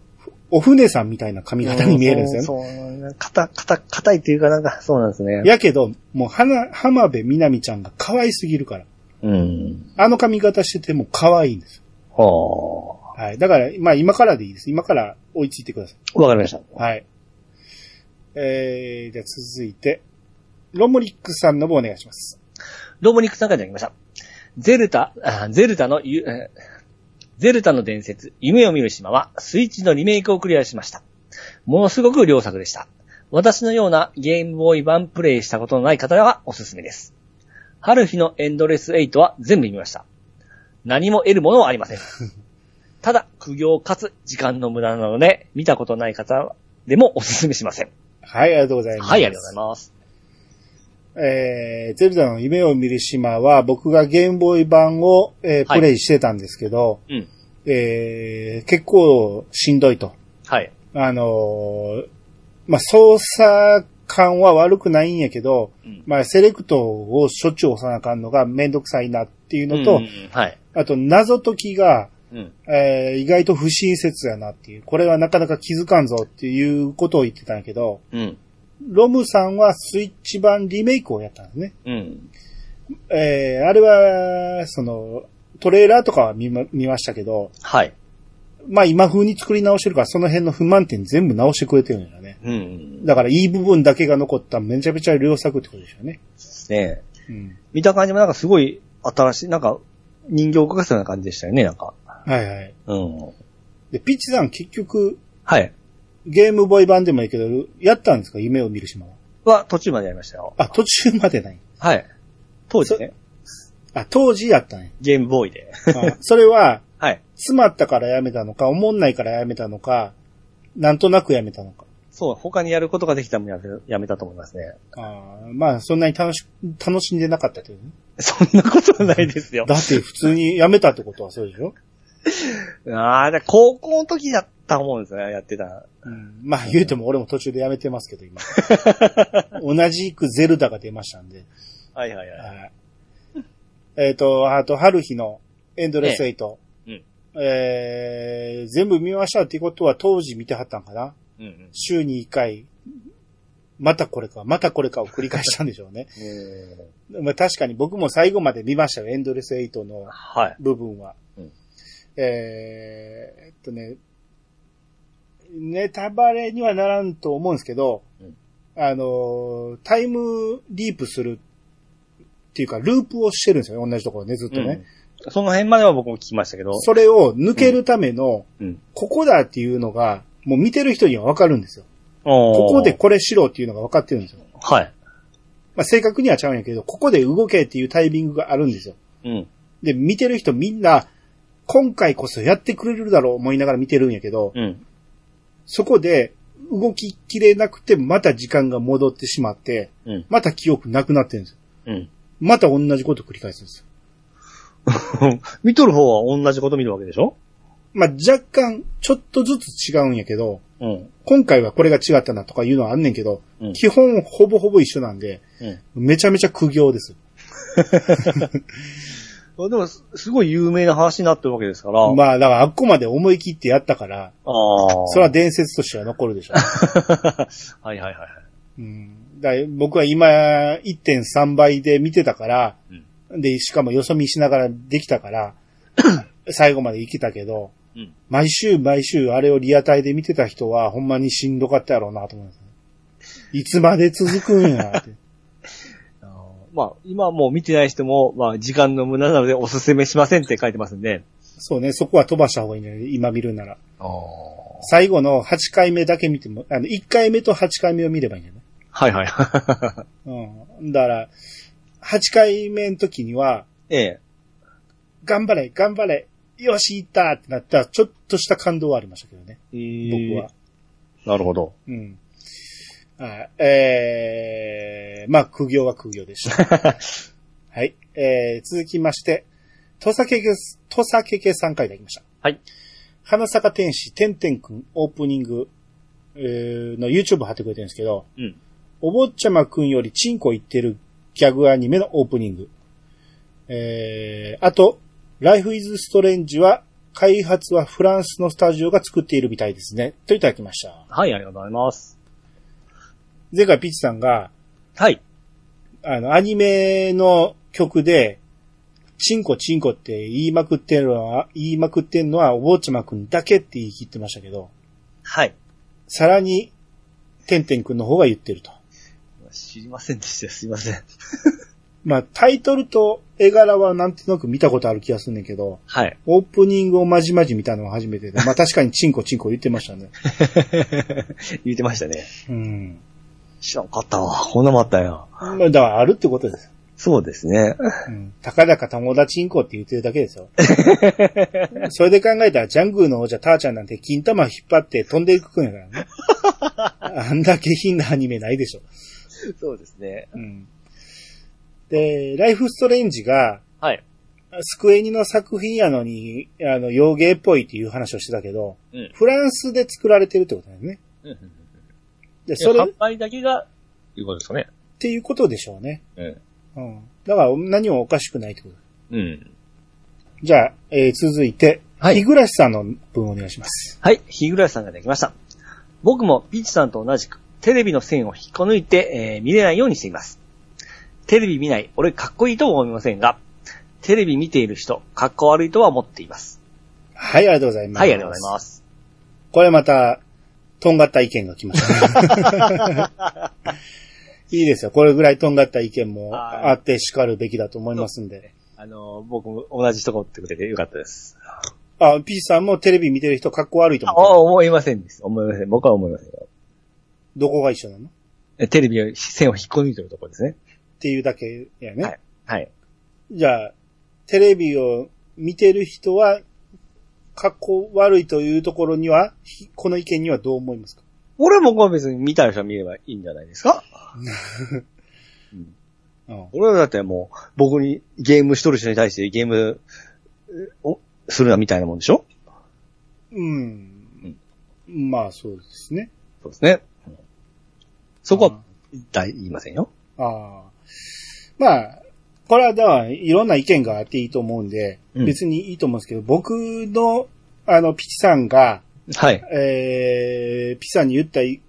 Speaker 1: お船さんみたいな髪型に見えるんですよね。
Speaker 2: そうそう、硬、硬、硬いというかなんか、そうなんですね。
Speaker 1: やけど、もう、花、浜辺美波ちゃんが可愛すぎるから、
Speaker 2: うん。
Speaker 1: あの髪型してても可愛いんですよ。
Speaker 2: は
Speaker 1: はい。だから、まあ今からでいいです。今から追いついてください。
Speaker 2: あ。わかりました。
Speaker 1: はい。えー、じゃあ続いて、ロモリックさんの方お願いします。
Speaker 2: どうもニックさんからいただきました。ゼルタ、あゼルタのゆ、えーゼルタの伝説、夢を見る島は、スイッチのリメイクをクリアしました。ものすごく良作でした。私のようなゲームボーイ版プレイしたことのない方はおすすめです。春日のエンドレス8は全部見ました。何も得るものはありません。 ただ、苦行かつ時間の無駄なので、見たことない方でもおすすめしません。
Speaker 1: はい、ありがとうございます。
Speaker 2: はい、ありがとうございます。
Speaker 1: えー、ゼルダの夢を見る島は、僕がゲームボーイ版を、えー
Speaker 2: はい
Speaker 1: プレイしてたんですけど、
Speaker 2: うん。
Speaker 1: えー、結構しんどいと。
Speaker 2: はい。
Speaker 1: あのーまあ、操作感は悪くないんやけど、
Speaker 2: うん
Speaker 1: まあ、セレクトをしょっちゅう押さなあかんのがめんどくさいなっていうのと、
Speaker 2: うんうんうんはい。
Speaker 1: あと謎解きが、
Speaker 2: うん。
Speaker 1: えー意外と不親切やなっていう、これはなかなか気づかんぞっていうことを言ってたんやけど、
Speaker 2: うん。
Speaker 1: ロムさんはスイッチ版リメイクをやったんですね。
Speaker 2: うん。
Speaker 1: えー、あれは、その、トレーラーとかは見ま見ましたけど、
Speaker 2: はい。
Speaker 1: まあ今風に作り直してるからその辺の不満点全部直してくれてるんだよね。
Speaker 2: うんうん。
Speaker 1: だからいい部分だけが残っためちゃめちゃ良作ってことでしょうね。
Speaker 2: ですね。
Speaker 1: うん。
Speaker 2: 見た感じもなんかすごい新しい、なんか人形を動かすような感じでしたよね、なんか。
Speaker 1: はいはい。
Speaker 2: うん。
Speaker 1: で、ピッチさん結局、
Speaker 2: はい。
Speaker 1: ゲームボーイ版でもいいけど、やったんですか夢を見る島は。
Speaker 2: は、途中までやりましたよ。
Speaker 1: あ、途中までない。
Speaker 2: はい。当時ね、
Speaker 1: あ、当時やったんや。
Speaker 2: ゲームボーイで。
Speaker 1: あそれは、
Speaker 2: はい。
Speaker 1: 詰まったからやめたのか、思んないからやめたのか、なんとなくやめたのか。
Speaker 2: そう、他にやることができたのもやめやめたと思いますね。
Speaker 1: あーまあ、そんなに楽し、楽しんでなかったという、ね。
Speaker 2: そんなことはないです よ。
Speaker 1: だって普通にやめたってことはそうでしょ、
Speaker 2: ああ、だから高校の時だったと思うんですね、やってた。
Speaker 1: うん、まあ言うても俺も途中でやめてますけど、 今。同じくゼルダが出ましたんで。
Speaker 2: はいはいはい。
Speaker 1: はいえっ、と、あと、春日のエンドレスエイト。
Speaker 2: ええ
Speaker 1: えー全部見ましたっていうことは当時見てはったんかな
Speaker 2: うんうん。
Speaker 1: 週に1回、またこれか、またこれかを繰り返したんでしょうね。 まあ確かに僕も最後まで見ましたよ、エンドレスエイトの
Speaker 2: はい。
Speaker 1: 部分は。
Speaker 2: うん
Speaker 1: えーえっとね、ネタバレにはならんと思うんですけど、
Speaker 2: うん
Speaker 1: あのー、タイムリープするっていうか、ループをしてるんですよね、同じところね、ずっとね。
Speaker 2: うんその辺までは僕も聞きましたけど。
Speaker 1: それを抜けるための、
Speaker 2: うん。
Speaker 1: ここだっていうのが、もう見てる人にはわかるんですよ。
Speaker 2: こ
Speaker 1: ここで。これしろっていうのが分かってるんですよ。
Speaker 2: はい。
Speaker 1: まあ、正確にはちゃうんやけど、ここで動けっていうタイミングがあるんですよ。
Speaker 2: うん。
Speaker 1: で、見てる人みんな、今回こそやってくれるだろう思いながら見てるんやけど、
Speaker 2: うん。
Speaker 1: そこで動ききれなくて、また時間が戻ってしまって、
Speaker 2: うん。
Speaker 1: また記憶なくなってるんですよ。
Speaker 2: うん。
Speaker 1: また同じこと繰り返すんですよ。
Speaker 2: 見とる方は同じこと見るわけでしょ
Speaker 1: まあ、若干、ちょっとずつ違うんやけど、
Speaker 2: うん。
Speaker 1: 今回はこれが違ったなとかいうのはあんねんけど、
Speaker 2: うん
Speaker 1: 基本ほぼほぼ一緒なんで、
Speaker 2: うん。
Speaker 1: めちゃめちゃ苦行です。
Speaker 2: でも、すすごい有名な話になってるわけですから。あ
Speaker 1: まあ、だからあっこまで思い切ってやったから、
Speaker 2: あ。
Speaker 1: それは伝説としては残るでしょう。
Speaker 2: はいはいはいはい。
Speaker 1: うんだから僕は今1.3倍で見てたから、で、しかもよそ見しながらできた から、最後まで生きたけど、
Speaker 2: うん
Speaker 1: 毎週毎週あれをリアタイで見てた人はほんまにしんどかったやろうなと思います。いつまで続くんや って。
Speaker 2: あーまあ、今はもう見てない人も、まあ、時間の無駄なのでおすすめしませんって書いてますんで。
Speaker 1: そうね、そこは飛ばした方がいいね、今見るなら。
Speaker 2: ああ。
Speaker 1: 最後の8回目だけ見ても、あの、1回目と8回目を見ればいいんじゃない
Speaker 2: はい はい。
Speaker 1: うん。だから、8回目の時には、
Speaker 2: ええ。
Speaker 1: 頑張れ、頑張れ、よし、行ったってなったら、ちょっとした感動はありましたけどね、僕は。。
Speaker 2: なるほど。
Speaker 1: うん。はい。えー、まあ、苦行は苦行でした。 はい。えー、続きまして、土佐けけ、土佐けけさんからいただきました。
Speaker 2: はい。
Speaker 1: 花坂天使、てんてんくん、オープニング、えーの YouTube 貼ってくれてるんですけど、
Speaker 2: うん。
Speaker 1: お坊ちゃまくんよりチンコ言ってるギャグアニメのオープニング。えー、あと、Life is Strange は、開発はフランスのスタジオが作っているみたいですね。といただきました。
Speaker 2: はい、ありがとうございます。
Speaker 1: 前回ピッチさんが、
Speaker 2: はい。
Speaker 1: あの、アニメの曲で、チンコチンコって言いまくってるのは、言いまくってんのはお坊ちゃまくんだけって言い切ってましたけど、
Speaker 2: はい。
Speaker 1: さらに、てんてんくんの方が言ってると。
Speaker 2: 知りませんでした。すいません。
Speaker 1: まあ、タイトルと絵柄はなんとなく見たことある気がするんだけど、
Speaker 2: はい。
Speaker 1: オープニングをまじまじ見たのは初めてで、まあ確かにチンコチンコ言ってましたね。
Speaker 2: 言ってましたね。
Speaker 1: うん。
Speaker 2: 知らんかったわ。こんなもんあったよ。
Speaker 1: まあだからあるってことです。
Speaker 2: そうですね。
Speaker 1: うん。たかだか友達インコって言ってるだけです よ。それで考えたら、ジャングーの王者ターちゃんなんて金玉引っ張って飛んでいくんやからね。あんだけ品なアニメないでしょ。
Speaker 2: そうですね。
Speaker 1: うん。で、ライフストレンジが、
Speaker 2: はい。
Speaker 1: スクエニの作品やのに、あの、洋芸っぽいっていう話をしてたけど、
Speaker 2: うん。
Speaker 1: フランスで作られてるってことだよね。で、それっ
Speaker 2: 販売だけが、いうことですかね。
Speaker 1: ていうことでしょうね。
Speaker 2: うん。
Speaker 1: うん。だから何もおかしくないってこと。
Speaker 2: うん。
Speaker 1: じゃあ、えー続いて、
Speaker 2: はい
Speaker 1: 日暮さんの分お願いします。
Speaker 2: はい。日暮さんができました。僕もピーチさんと同じく、テレビの線を引っこ抜いて、えー見れないようにしています。テレビ見ない、俺かっこいいとは思いませんが、テレビ見ている人、かっこ悪いとは思っています。
Speaker 1: はい、ありがとうございます。
Speaker 2: はい、ありがとうございます。
Speaker 1: これまた、とんがった意見が来ましたね。 いいですよ。これぐらいとんがった意見も
Speaker 2: はい
Speaker 1: あって叱るべきだと思いますんで。
Speaker 2: あの、僕も同じとこってくれてよかったです。
Speaker 1: あ、P さんもテレビ見てる人かっこ悪いと
Speaker 2: あ、
Speaker 1: 思ってる
Speaker 2: 思いませんです。思いません。僕は思いませんよ。
Speaker 1: どこが一緒なのっ
Speaker 2: えテレビの線を引っこ抜いてるところですね。
Speaker 1: ていうだけやね。
Speaker 2: はい。はい。
Speaker 1: じゃあ、テレビを見てる人は、かっこ悪いというところには、ひこの意見にはどう思いますか
Speaker 2: 俺もこれ別に見たい人は見ればいいんじゃないですか
Speaker 1: うん。
Speaker 2: 俺はだってもう、僕にゲームしとる人に対してゲームえをするなみたいなもんでしょ
Speaker 1: うん。まあ、そうですね。
Speaker 2: そうですね。そこ
Speaker 1: うん
Speaker 2: は、大言いませんよ。
Speaker 1: ああ。まあ、これはだからいろんな意見があっていいと思うんで、
Speaker 2: うん
Speaker 1: 別にいいと思うんですけど、僕の、あの、ピチさんが、
Speaker 2: はい。、
Speaker 1: えー、ピチさんに言った意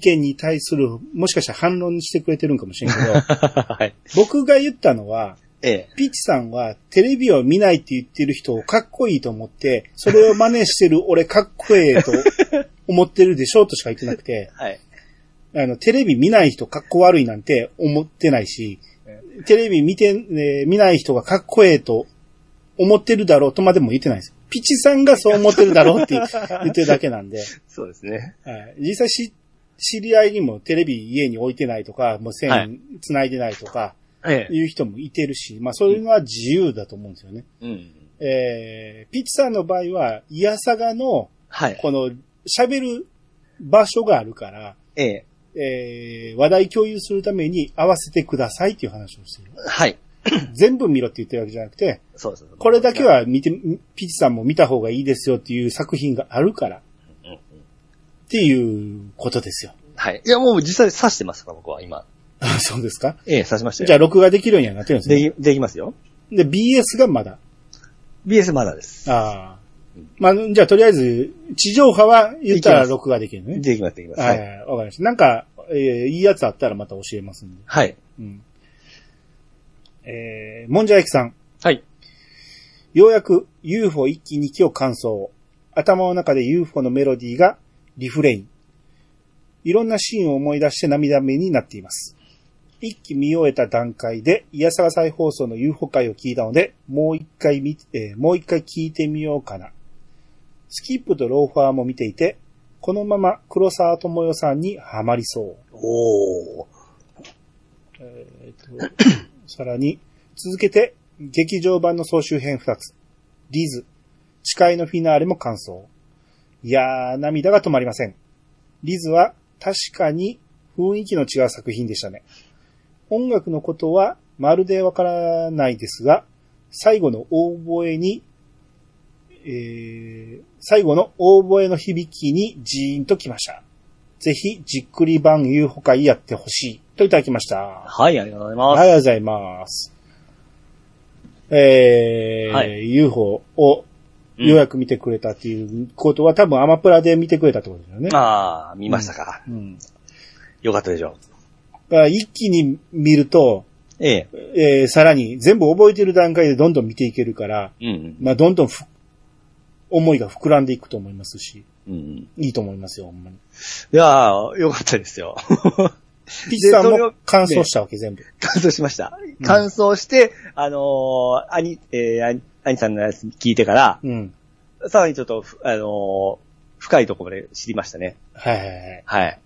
Speaker 1: 見に対する、もしかしたら反論してくれてるんかもしれんけど
Speaker 2: はい。
Speaker 1: 僕が言ったのは、
Speaker 2: ええ。
Speaker 1: ピチさんはテレビを見ないって言ってる人をかっこいいと思って、それを真似してる俺かっこええと思ってるでしょうとしか言ってなくて、
Speaker 2: はい。
Speaker 1: あの、テレビ見ない人かっこ悪いなんて思ってないし、テレビ見て、えー見ない人がかっこええと思ってるだろうとまでも言ってないです。ピチさんがそう思ってるだろうって言ってるだけなんで、
Speaker 2: そうですね。
Speaker 1: はい実際し、知り合いにもテレビ家に置いてないとか、もう
Speaker 2: は
Speaker 1: 線繋いでないとか、
Speaker 2: ええ。
Speaker 1: いう人もいてるし、まあそういうのは自由だと思うんですよね。
Speaker 2: うん。
Speaker 1: えー、ピチさんの場合は、イヤサガの、
Speaker 2: はい。
Speaker 1: この、喋る場所があるから、
Speaker 2: ええ。
Speaker 1: えー話題共有するために合わせてくださいっていう話をしてる。
Speaker 2: はい。
Speaker 1: 全部見ろって言ってるわけじゃなくて、
Speaker 2: そうです。
Speaker 1: これだけは見て、ピチさんも見た方がいいですよっていう作品があるから、っていうことですよ。
Speaker 2: はい。いや、もう実際刺してますから、僕は今。
Speaker 1: あそうですか
Speaker 2: ええ、刺しましたよ。
Speaker 1: じゃあ録画できるようにはなってるんですね。
Speaker 2: でき、できますよ。
Speaker 1: で、BS がまだ。
Speaker 2: BS まだです。
Speaker 1: ああ。まあ、じゃあとりあえず、地上波は言ったら録画できるね。
Speaker 2: できます、できます。
Speaker 1: は、
Speaker 2: はいい。
Speaker 1: わかりました。なんか、えーいいやつあったらまた教えますんで。
Speaker 2: はい。
Speaker 1: うん。えー、もんじゃ焼きさん。
Speaker 2: はい。
Speaker 1: ようやく UFO 一期二期を完走。頭の中で UFO のメロディーがリフレイン。いろんなシーンを思い出して涙目になっています。一期見終えた段階で、イヤサガ再放送の UFO 回を聞いたので、もう一回見、えーもう一回聞いてみようかな。スキップとローファーも見ていて、このまま黒沢智代さんにはまりそう。
Speaker 2: おー。
Speaker 1: えーっとさらに、続けて、劇場版の総集編2つ、リズ、誓いのフィナーレも完走。いやー、涙が止まりません。リズは確かに雰囲気の違う作品でしたね。音楽のことはまるでわからないですが、最後の大声に、えー、最後の大声の響きにジーンときました。ぜひ、じっくり版遊歩会やってほしい。といただきました。
Speaker 2: はい、ありがとうござい
Speaker 1: お
Speaker 2: ま
Speaker 1: は
Speaker 2: す。
Speaker 1: ようございます。えー
Speaker 2: は
Speaker 1: UFO を
Speaker 2: うん
Speaker 1: ようやく見てくれたっていうことは、多分アマプラで見てくれたってことだよね。
Speaker 2: ああ、見ましたか。
Speaker 1: うん。だ
Speaker 2: よかったでしょ
Speaker 1: から一気に見ると、
Speaker 2: う。え
Speaker 1: えーさらに全部覚えてる段階でどんどん見ていけるから、
Speaker 2: え。うん。
Speaker 1: まあ、どんどんふ思いが膨らんでいくと思いますし、
Speaker 2: うん。い
Speaker 1: いいと思いますよ、ほんまに。
Speaker 2: やー、よかったですよ。
Speaker 1: ピチさん
Speaker 2: それを
Speaker 1: も完走したわけ、全部。
Speaker 2: 感想しました
Speaker 1: う。ん
Speaker 2: 感想して、あのー、兄、えー兄、兄さんのやつ聞いてから、
Speaker 1: うん。
Speaker 2: さらにちょっとふ、あのー、深いところまで知りましたね。
Speaker 1: はいはいはい。
Speaker 2: はい。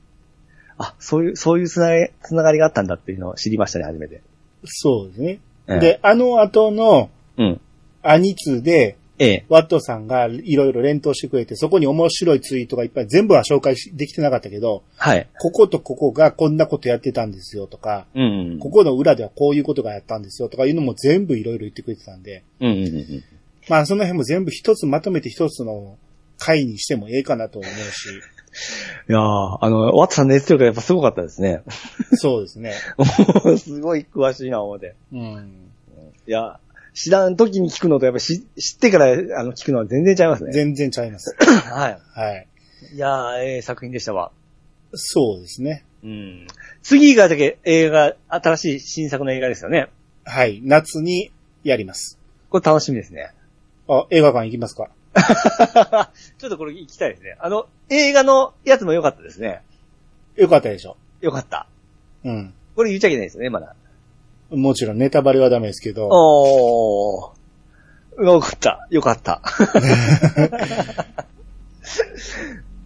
Speaker 2: あ、そういう、そういうつながりつながりがあったんだっていうのを知りましたね、初めて。
Speaker 1: そうですね。
Speaker 2: ええ、
Speaker 1: で、あの後の
Speaker 2: うん。
Speaker 1: アニツで、
Speaker 2: ええ。
Speaker 1: ワットさんがいろいろ連投してくれて、そこに面白いツイートがいっぱい、全部は紹介しできてなかったけど、
Speaker 2: はい。
Speaker 1: こことここがこんなことやってたんですよとか、
Speaker 2: うんうん。
Speaker 1: ここの裏ではこういうことがやったんですよとかいうのも全部いろいろ言ってくれてたんで、
Speaker 2: うんうんうんうん。
Speaker 1: まあその辺も全部一つまとめて一つの回にしてもええかなと思う し、
Speaker 2: いやーあの、ワットさんの熱量がやっぱすごかったですね。
Speaker 1: そうですね。
Speaker 2: もうすごい詳しいな、思って。
Speaker 1: うん。
Speaker 2: いや、知らん時に聞くのと、やっぱし知ってからあの聞くのは全然違いますね。
Speaker 1: 全然ちゃいます。
Speaker 2: は
Speaker 1: はい。
Speaker 2: い。いやーええ作品でしたわ。
Speaker 1: そうですね。
Speaker 2: うん。次がだけ映画、新しい新作の映画ですよね。
Speaker 1: はい。夏にやります。
Speaker 2: これ楽しみです ね。
Speaker 1: あ、映画館行きますか
Speaker 2: ちょっとこれ行きたいですね。あの、映画のやつも良かったですね。
Speaker 1: よかったでしょ。
Speaker 2: 良かった。
Speaker 1: うん。
Speaker 2: これ言っちゃいけないですよね、まだ。
Speaker 1: もちろんネタバレはダメですけど、
Speaker 2: おー。よかった。よか った。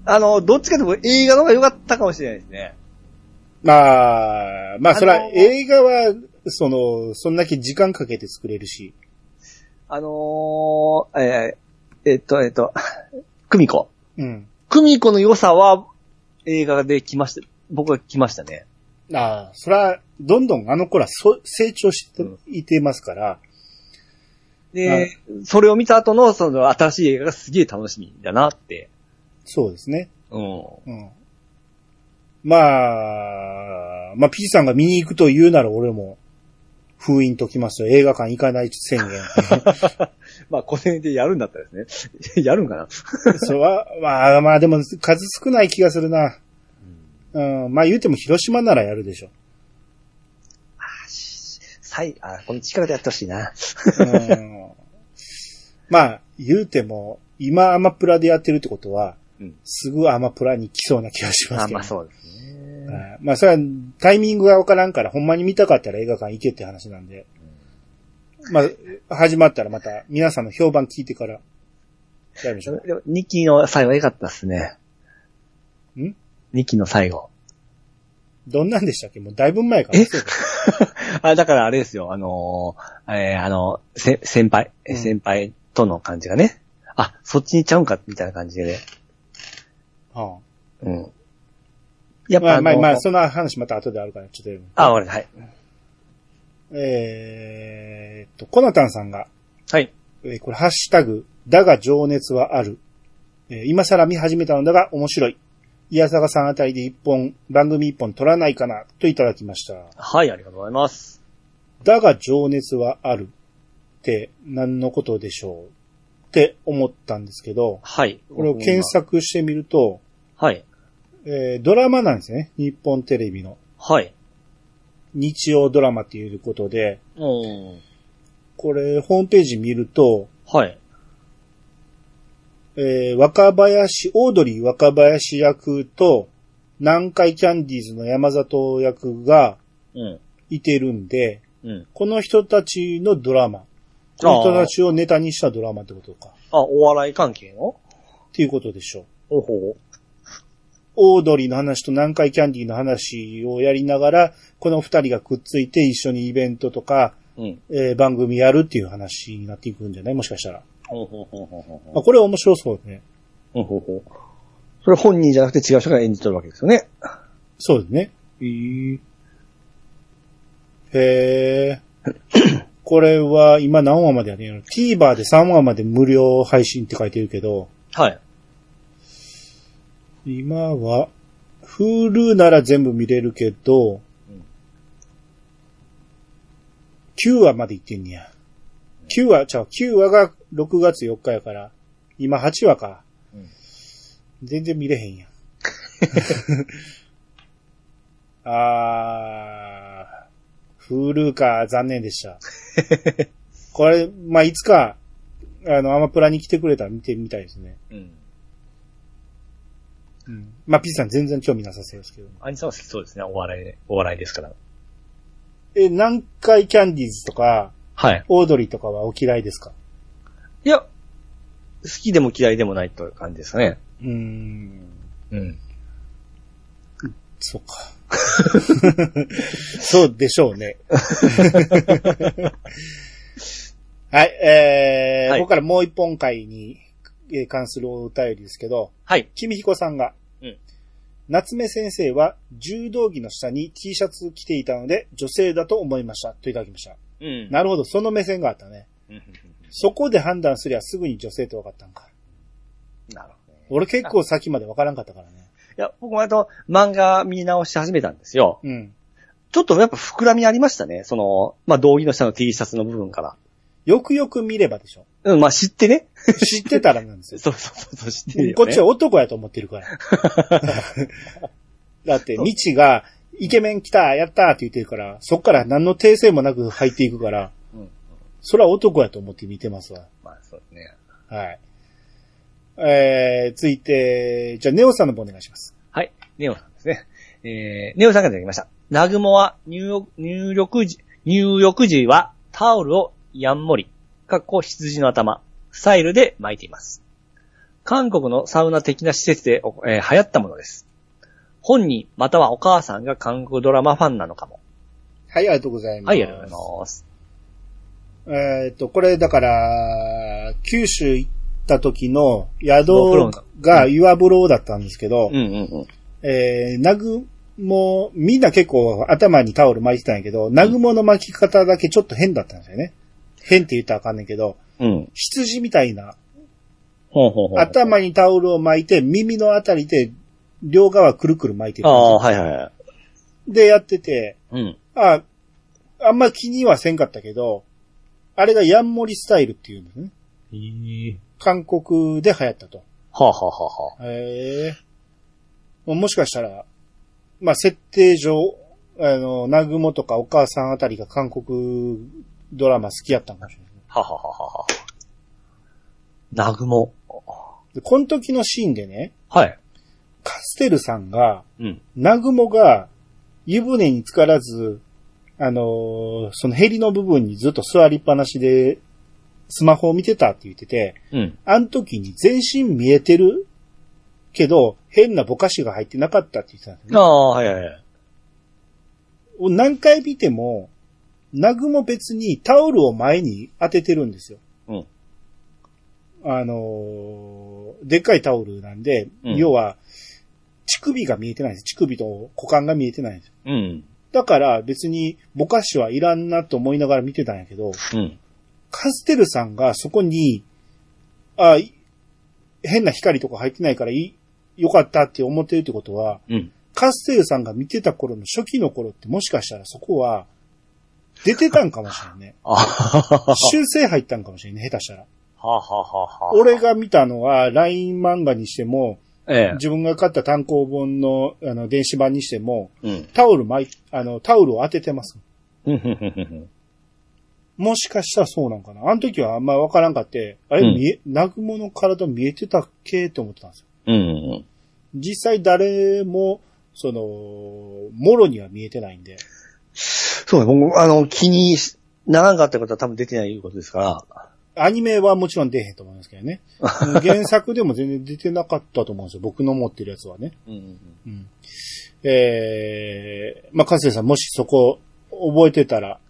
Speaker 2: あの、どっちかというと映画の方が良かったかもしれないですね。
Speaker 1: まあ、まあ、それ
Speaker 2: あ
Speaker 1: は
Speaker 2: のー
Speaker 1: 映画は、その、そんだけ時間かけて作れるし、
Speaker 2: あのー、えーえっと、えっと、 久美子。
Speaker 1: うん。
Speaker 2: 久美子の良さは映画で来ました。僕は来ましたね。
Speaker 1: ああ、それは、どんどんあの頃はそ成長して
Speaker 2: うん
Speaker 1: いてますから、は
Speaker 2: で
Speaker 1: い、
Speaker 2: それを見た後のその新しい映画がすげえ楽しみだなって。
Speaker 1: そうですね。
Speaker 2: うん。
Speaker 1: うん。まあ、まあ、ピチさんが見に行くと言うなら俺も、封印ときますよ。映画館行かない宣 言。
Speaker 2: まあ、これでやるんだったらですね。 やるんかな。
Speaker 1: それは、まあまあでも数少ない気がするな。うん、まあ言うても広島ならやるでしょ。
Speaker 2: 最、あ、この近くでやってほしいな。
Speaker 1: うん、まあ言うても、今アマプラでやってるってことは、
Speaker 2: うん
Speaker 1: すぐアマプラに来そうな気がします
Speaker 2: あ、
Speaker 1: けど。
Speaker 2: まあそうですね。
Speaker 1: はいまあそれはタイミングがわからんから、ほんまに見たかったら映画館行けって話なんで。まあ、始まったらまた皆さんの評判聞いてから、やりまし
Speaker 2: で
Speaker 1: ょ
Speaker 2: も
Speaker 1: う。
Speaker 2: でも二期の最後良かったですね。
Speaker 1: ん
Speaker 2: 二期の最後。
Speaker 1: どんなんでしたっけもうだいぶ前から。
Speaker 2: え あ、だからあれですよ、あのーえーあの、せ、先輩、え
Speaker 1: うん
Speaker 2: 先輩との感じがね。あ、そっちに行っちゃうんか、みたいな感じでね。
Speaker 1: うん
Speaker 2: うん。やっ
Speaker 1: まあ
Speaker 2: ぱあのー、
Speaker 1: まあまあ、その話また後であるから、ちょっとやる。
Speaker 2: あ、わかりましたはい。
Speaker 1: えーっと、コナタンさんが、
Speaker 2: はい。
Speaker 1: えーこれ、ハッシュタグ、だが情熱はある。えー今更見始めたのだが面白い。いやさがさんあたりで一本、番組一本取らないかな、といただきました。
Speaker 2: はい、ありがとうございます。
Speaker 1: だが情熱はあるって何のことでしょうって思ったんですけど、
Speaker 2: はい。
Speaker 1: これを検。索してみると、
Speaker 2: はい。
Speaker 1: えードラマなんですね。日本テレビの
Speaker 2: はい。
Speaker 1: 日曜ドラマっていうことで、
Speaker 2: うん。
Speaker 1: これホームページ見ると、
Speaker 2: はい。
Speaker 1: えー若林、オードリー若林役と、南海キャンディーズの山里役が
Speaker 2: うん。
Speaker 1: いてるんで、
Speaker 2: うん。
Speaker 1: この人たちのドラマ、この人たちをネタにしたドラマってことか、
Speaker 2: あ、お笑い関係の
Speaker 1: っていうことでしょう。
Speaker 2: おほ
Speaker 1: オードリーの話と南海キャンディーの話をやりながら、この二人がくっついて一緒にイベントとか、
Speaker 2: う。うん。
Speaker 1: えー番組やるっていう話になっていくんじゃないもしかしたら。
Speaker 2: ほうほうほうほうほう
Speaker 1: あ、これ面白そうね。
Speaker 2: ほうほうほう。それ本人じゃなくて違う人が演じとるわけですよね。
Speaker 1: そうですね。えー、へーこれは今何話までやねんの ?TVer で3話まで無料配信って書いてるけど、
Speaker 2: はい。
Speaker 1: 今は、Hulu なら全部見れるけど
Speaker 2: うん、
Speaker 1: 9話まで行ってんねや。9話、ちゃう、9話が6月4日やから、今8話か。
Speaker 2: うん
Speaker 1: 全然見れへんやん。 あー、Hulu か、残念でした。これ、まあ、いつか、あの、アマプラに来てくれたら見てみたいですね。
Speaker 2: うん。
Speaker 1: うん。まあ、ピーさん全然興味なさそうですけど。
Speaker 2: アニさんは好きそうですね。お笑いで、お笑いですから。
Speaker 1: え、南海キャンディーズとか、
Speaker 2: はい。
Speaker 1: オードリーとかはお嫌いですか
Speaker 2: いや、好きでも嫌いでもないという感じですかね。
Speaker 1: うーん。
Speaker 2: うん。
Speaker 1: そうか。 そうでしょうね。はい、えー
Speaker 2: はい
Speaker 1: ここからもう一本会にえー関するお便りですけど、
Speaker 2: はい。
Speaker 1: 君彦さんが、
Speaker 2: うん
Speaker 1: 夏目先生は柔道着の下に T シャツ着ていたので、女性だと思いました。といただきました。
Speaker 2: うん。
Speaker 1: なるほど、その目線があったね。
Speaker 2: うんうん
Speaker 1: そこで判断すりゃすぐに女性って分かったんか。
Speaker 2: うんなるほどね。
Speaker 1: 俺結構先まで分からんかったからね。
Speaker 2: いや、僕もあと漫画見直し始めたんですよ。
Speaker 1: うん。
Speaker 2: ちょっとやっぱ膨らみありましたね。その、まあ、道着の下の T シャツの部分から。
Speaker 1: よくよく見ればで しょ。
Speaker 2: うん、まあ、知ってね。
Speaker 1: 知ってたらなんですよ。
Speaker 2: そうそうそうそう、知ってるよ、ね。
Speaker 1: こっちは男やと思ってるから。 だって、
Speaker 2: そう
Speaker 1: 未知が、イケメン来た、やったって言ってるから、そっから何の訂正もなく入っていくから、
Speaker 2: うん
Speaker 1: それは男やと思って見てますわ。
Speaker 2: まあ、そうね。
Speaker 1: はい。えー、続いて、じゃあ、ネオさんの方お願いします。
Speaker 2: はい。ネオさんですね。えー、ネオさんが出てきました。ナグモは入浴入浴時、入浴時はタオルをやんもり、かっこ羊の頭、スタイルで巻いています。韓国のサウナ的な施設で、おえー流行ったものです。本人またはお母さんが韓国ドラマファンなのかも。
Speaker 1: はい、ありがとうございます。
Speaker 2: はい、ありがとうございます。
Speaker 1: えーっと、これだから、九州行った時の宿
Speaker 2: ドローンだ
Speaker 1: が岩風呂だったんですけど、
Speaker 2: うんうんうん。
Speaker 1: えー、なぐも、みんな結構頭にタオル巻いてたんやけど、なぐもの巻き方だけちょっと変だったんですよね。変って言ったらあかんねんけど、
Speaker 2: うん。
Speaker 1: 羊みたいな、
Speaker 2: ほうほうほう。
Speaker 1: 頭にタオルを巻いて、耳のあたりで、両側くるくる巻いてる
Speaker 2: あ。あ、はいはいはい。
Speaker 1: で、やってて、
Speaker 2: うん。
Speaker 1: あ、あんま気にはせんかったけど、あれがヤンモリスタイルっていうのね。韓国で流行ったと。
Speaker 2: はあ、はあはあはあ、
Speaker 1: へえ。もうもしかしたら、まあ、設定上、あの、ナグモとかお母さんあたりが韓国ドラマ好きやったんかもしれない。
Speaker 2: はあはあはあはあ。ナグモ。
Speaker 1: で、この時のシーンでね、
Speaker 2: はい。
Speaker 1: カステルさんが、
Speaker 2: うん。
Speaker 1: ナグモが湯船に浸からず、あのーそのヘリの部分にずっと座りっぱなしで、スマホを見てたって言ってて、
Speaker 2: うん。
Speaker 1: あの時に全身見えてるけど、変なぼかしが入ってなかったって言ってたんですよね
Speaker 2: ああ、はいはいはい。
Speaker 1: 何回見ても、ナグも別にタオルを前に当ててるんですよ。
Speaker 2: うん。
Speaker 1: あのーでっかいタオルなんで、
Speaker 2: うん
Speaker 1: 要は、乳首が見えてないんです。乳首と股間が見えてないんです。
Speaker 2: うん。
Speaker 1: だから別にぼかしはいらんなと思いながら見てたんやけど、
Speaker 2: うん。
Speaker 1: カステルさんがそこに、あい変な光とか入ってないからいい、よかったって思ってるってことは、
Speaker 2: うん。
Speaker 1: カステルさんが見てた頃の初期の頃ってもしかしたらそこは、出てたんかもしれ んね。
Speaker 2: あははは。
Speaker 1: 修正入ったんかもしれんね、下手したら。
Speaker 2: はははは。
Speaker 1: 俺、が見たのは、LINE 漫画にしても、
Speaker 2: え
Speaker 1: 自分が買った単行本の、あの、電子版にしても、
Speaker 2: え。うん。
Speaker 1: タオル巻い、あの、タオルを当ててます。
Speaker 2: ふんふんふんふんふん。
Speaker 1: もしかしたらそうなんかな。あの時はあんまわからんかって、あれ、
Speaker 2: うん
Speaker 1: 見え、ナグモの体見えてたっけって思ってたんですよ。
Speaker 2: うん。
Speaker 1: 実際誰も、その、もろには見えてないんで。
Speaker 2: そうね、僕、あの、気にしならんかったことは多分出てないいうことですから。
Speaker 1: アニメはもちろん出へんと思いますけどね。原作でも全然出てなかったと思うんですよ。僕の持ってるやつはね。
Speaker 2: うん。
Speaker 1: うん。えー、まあ、かすさんもしそこ覚えてたら、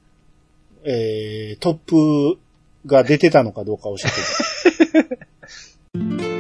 Speaker 1: えー、トップが出てたのかどうか教えてください。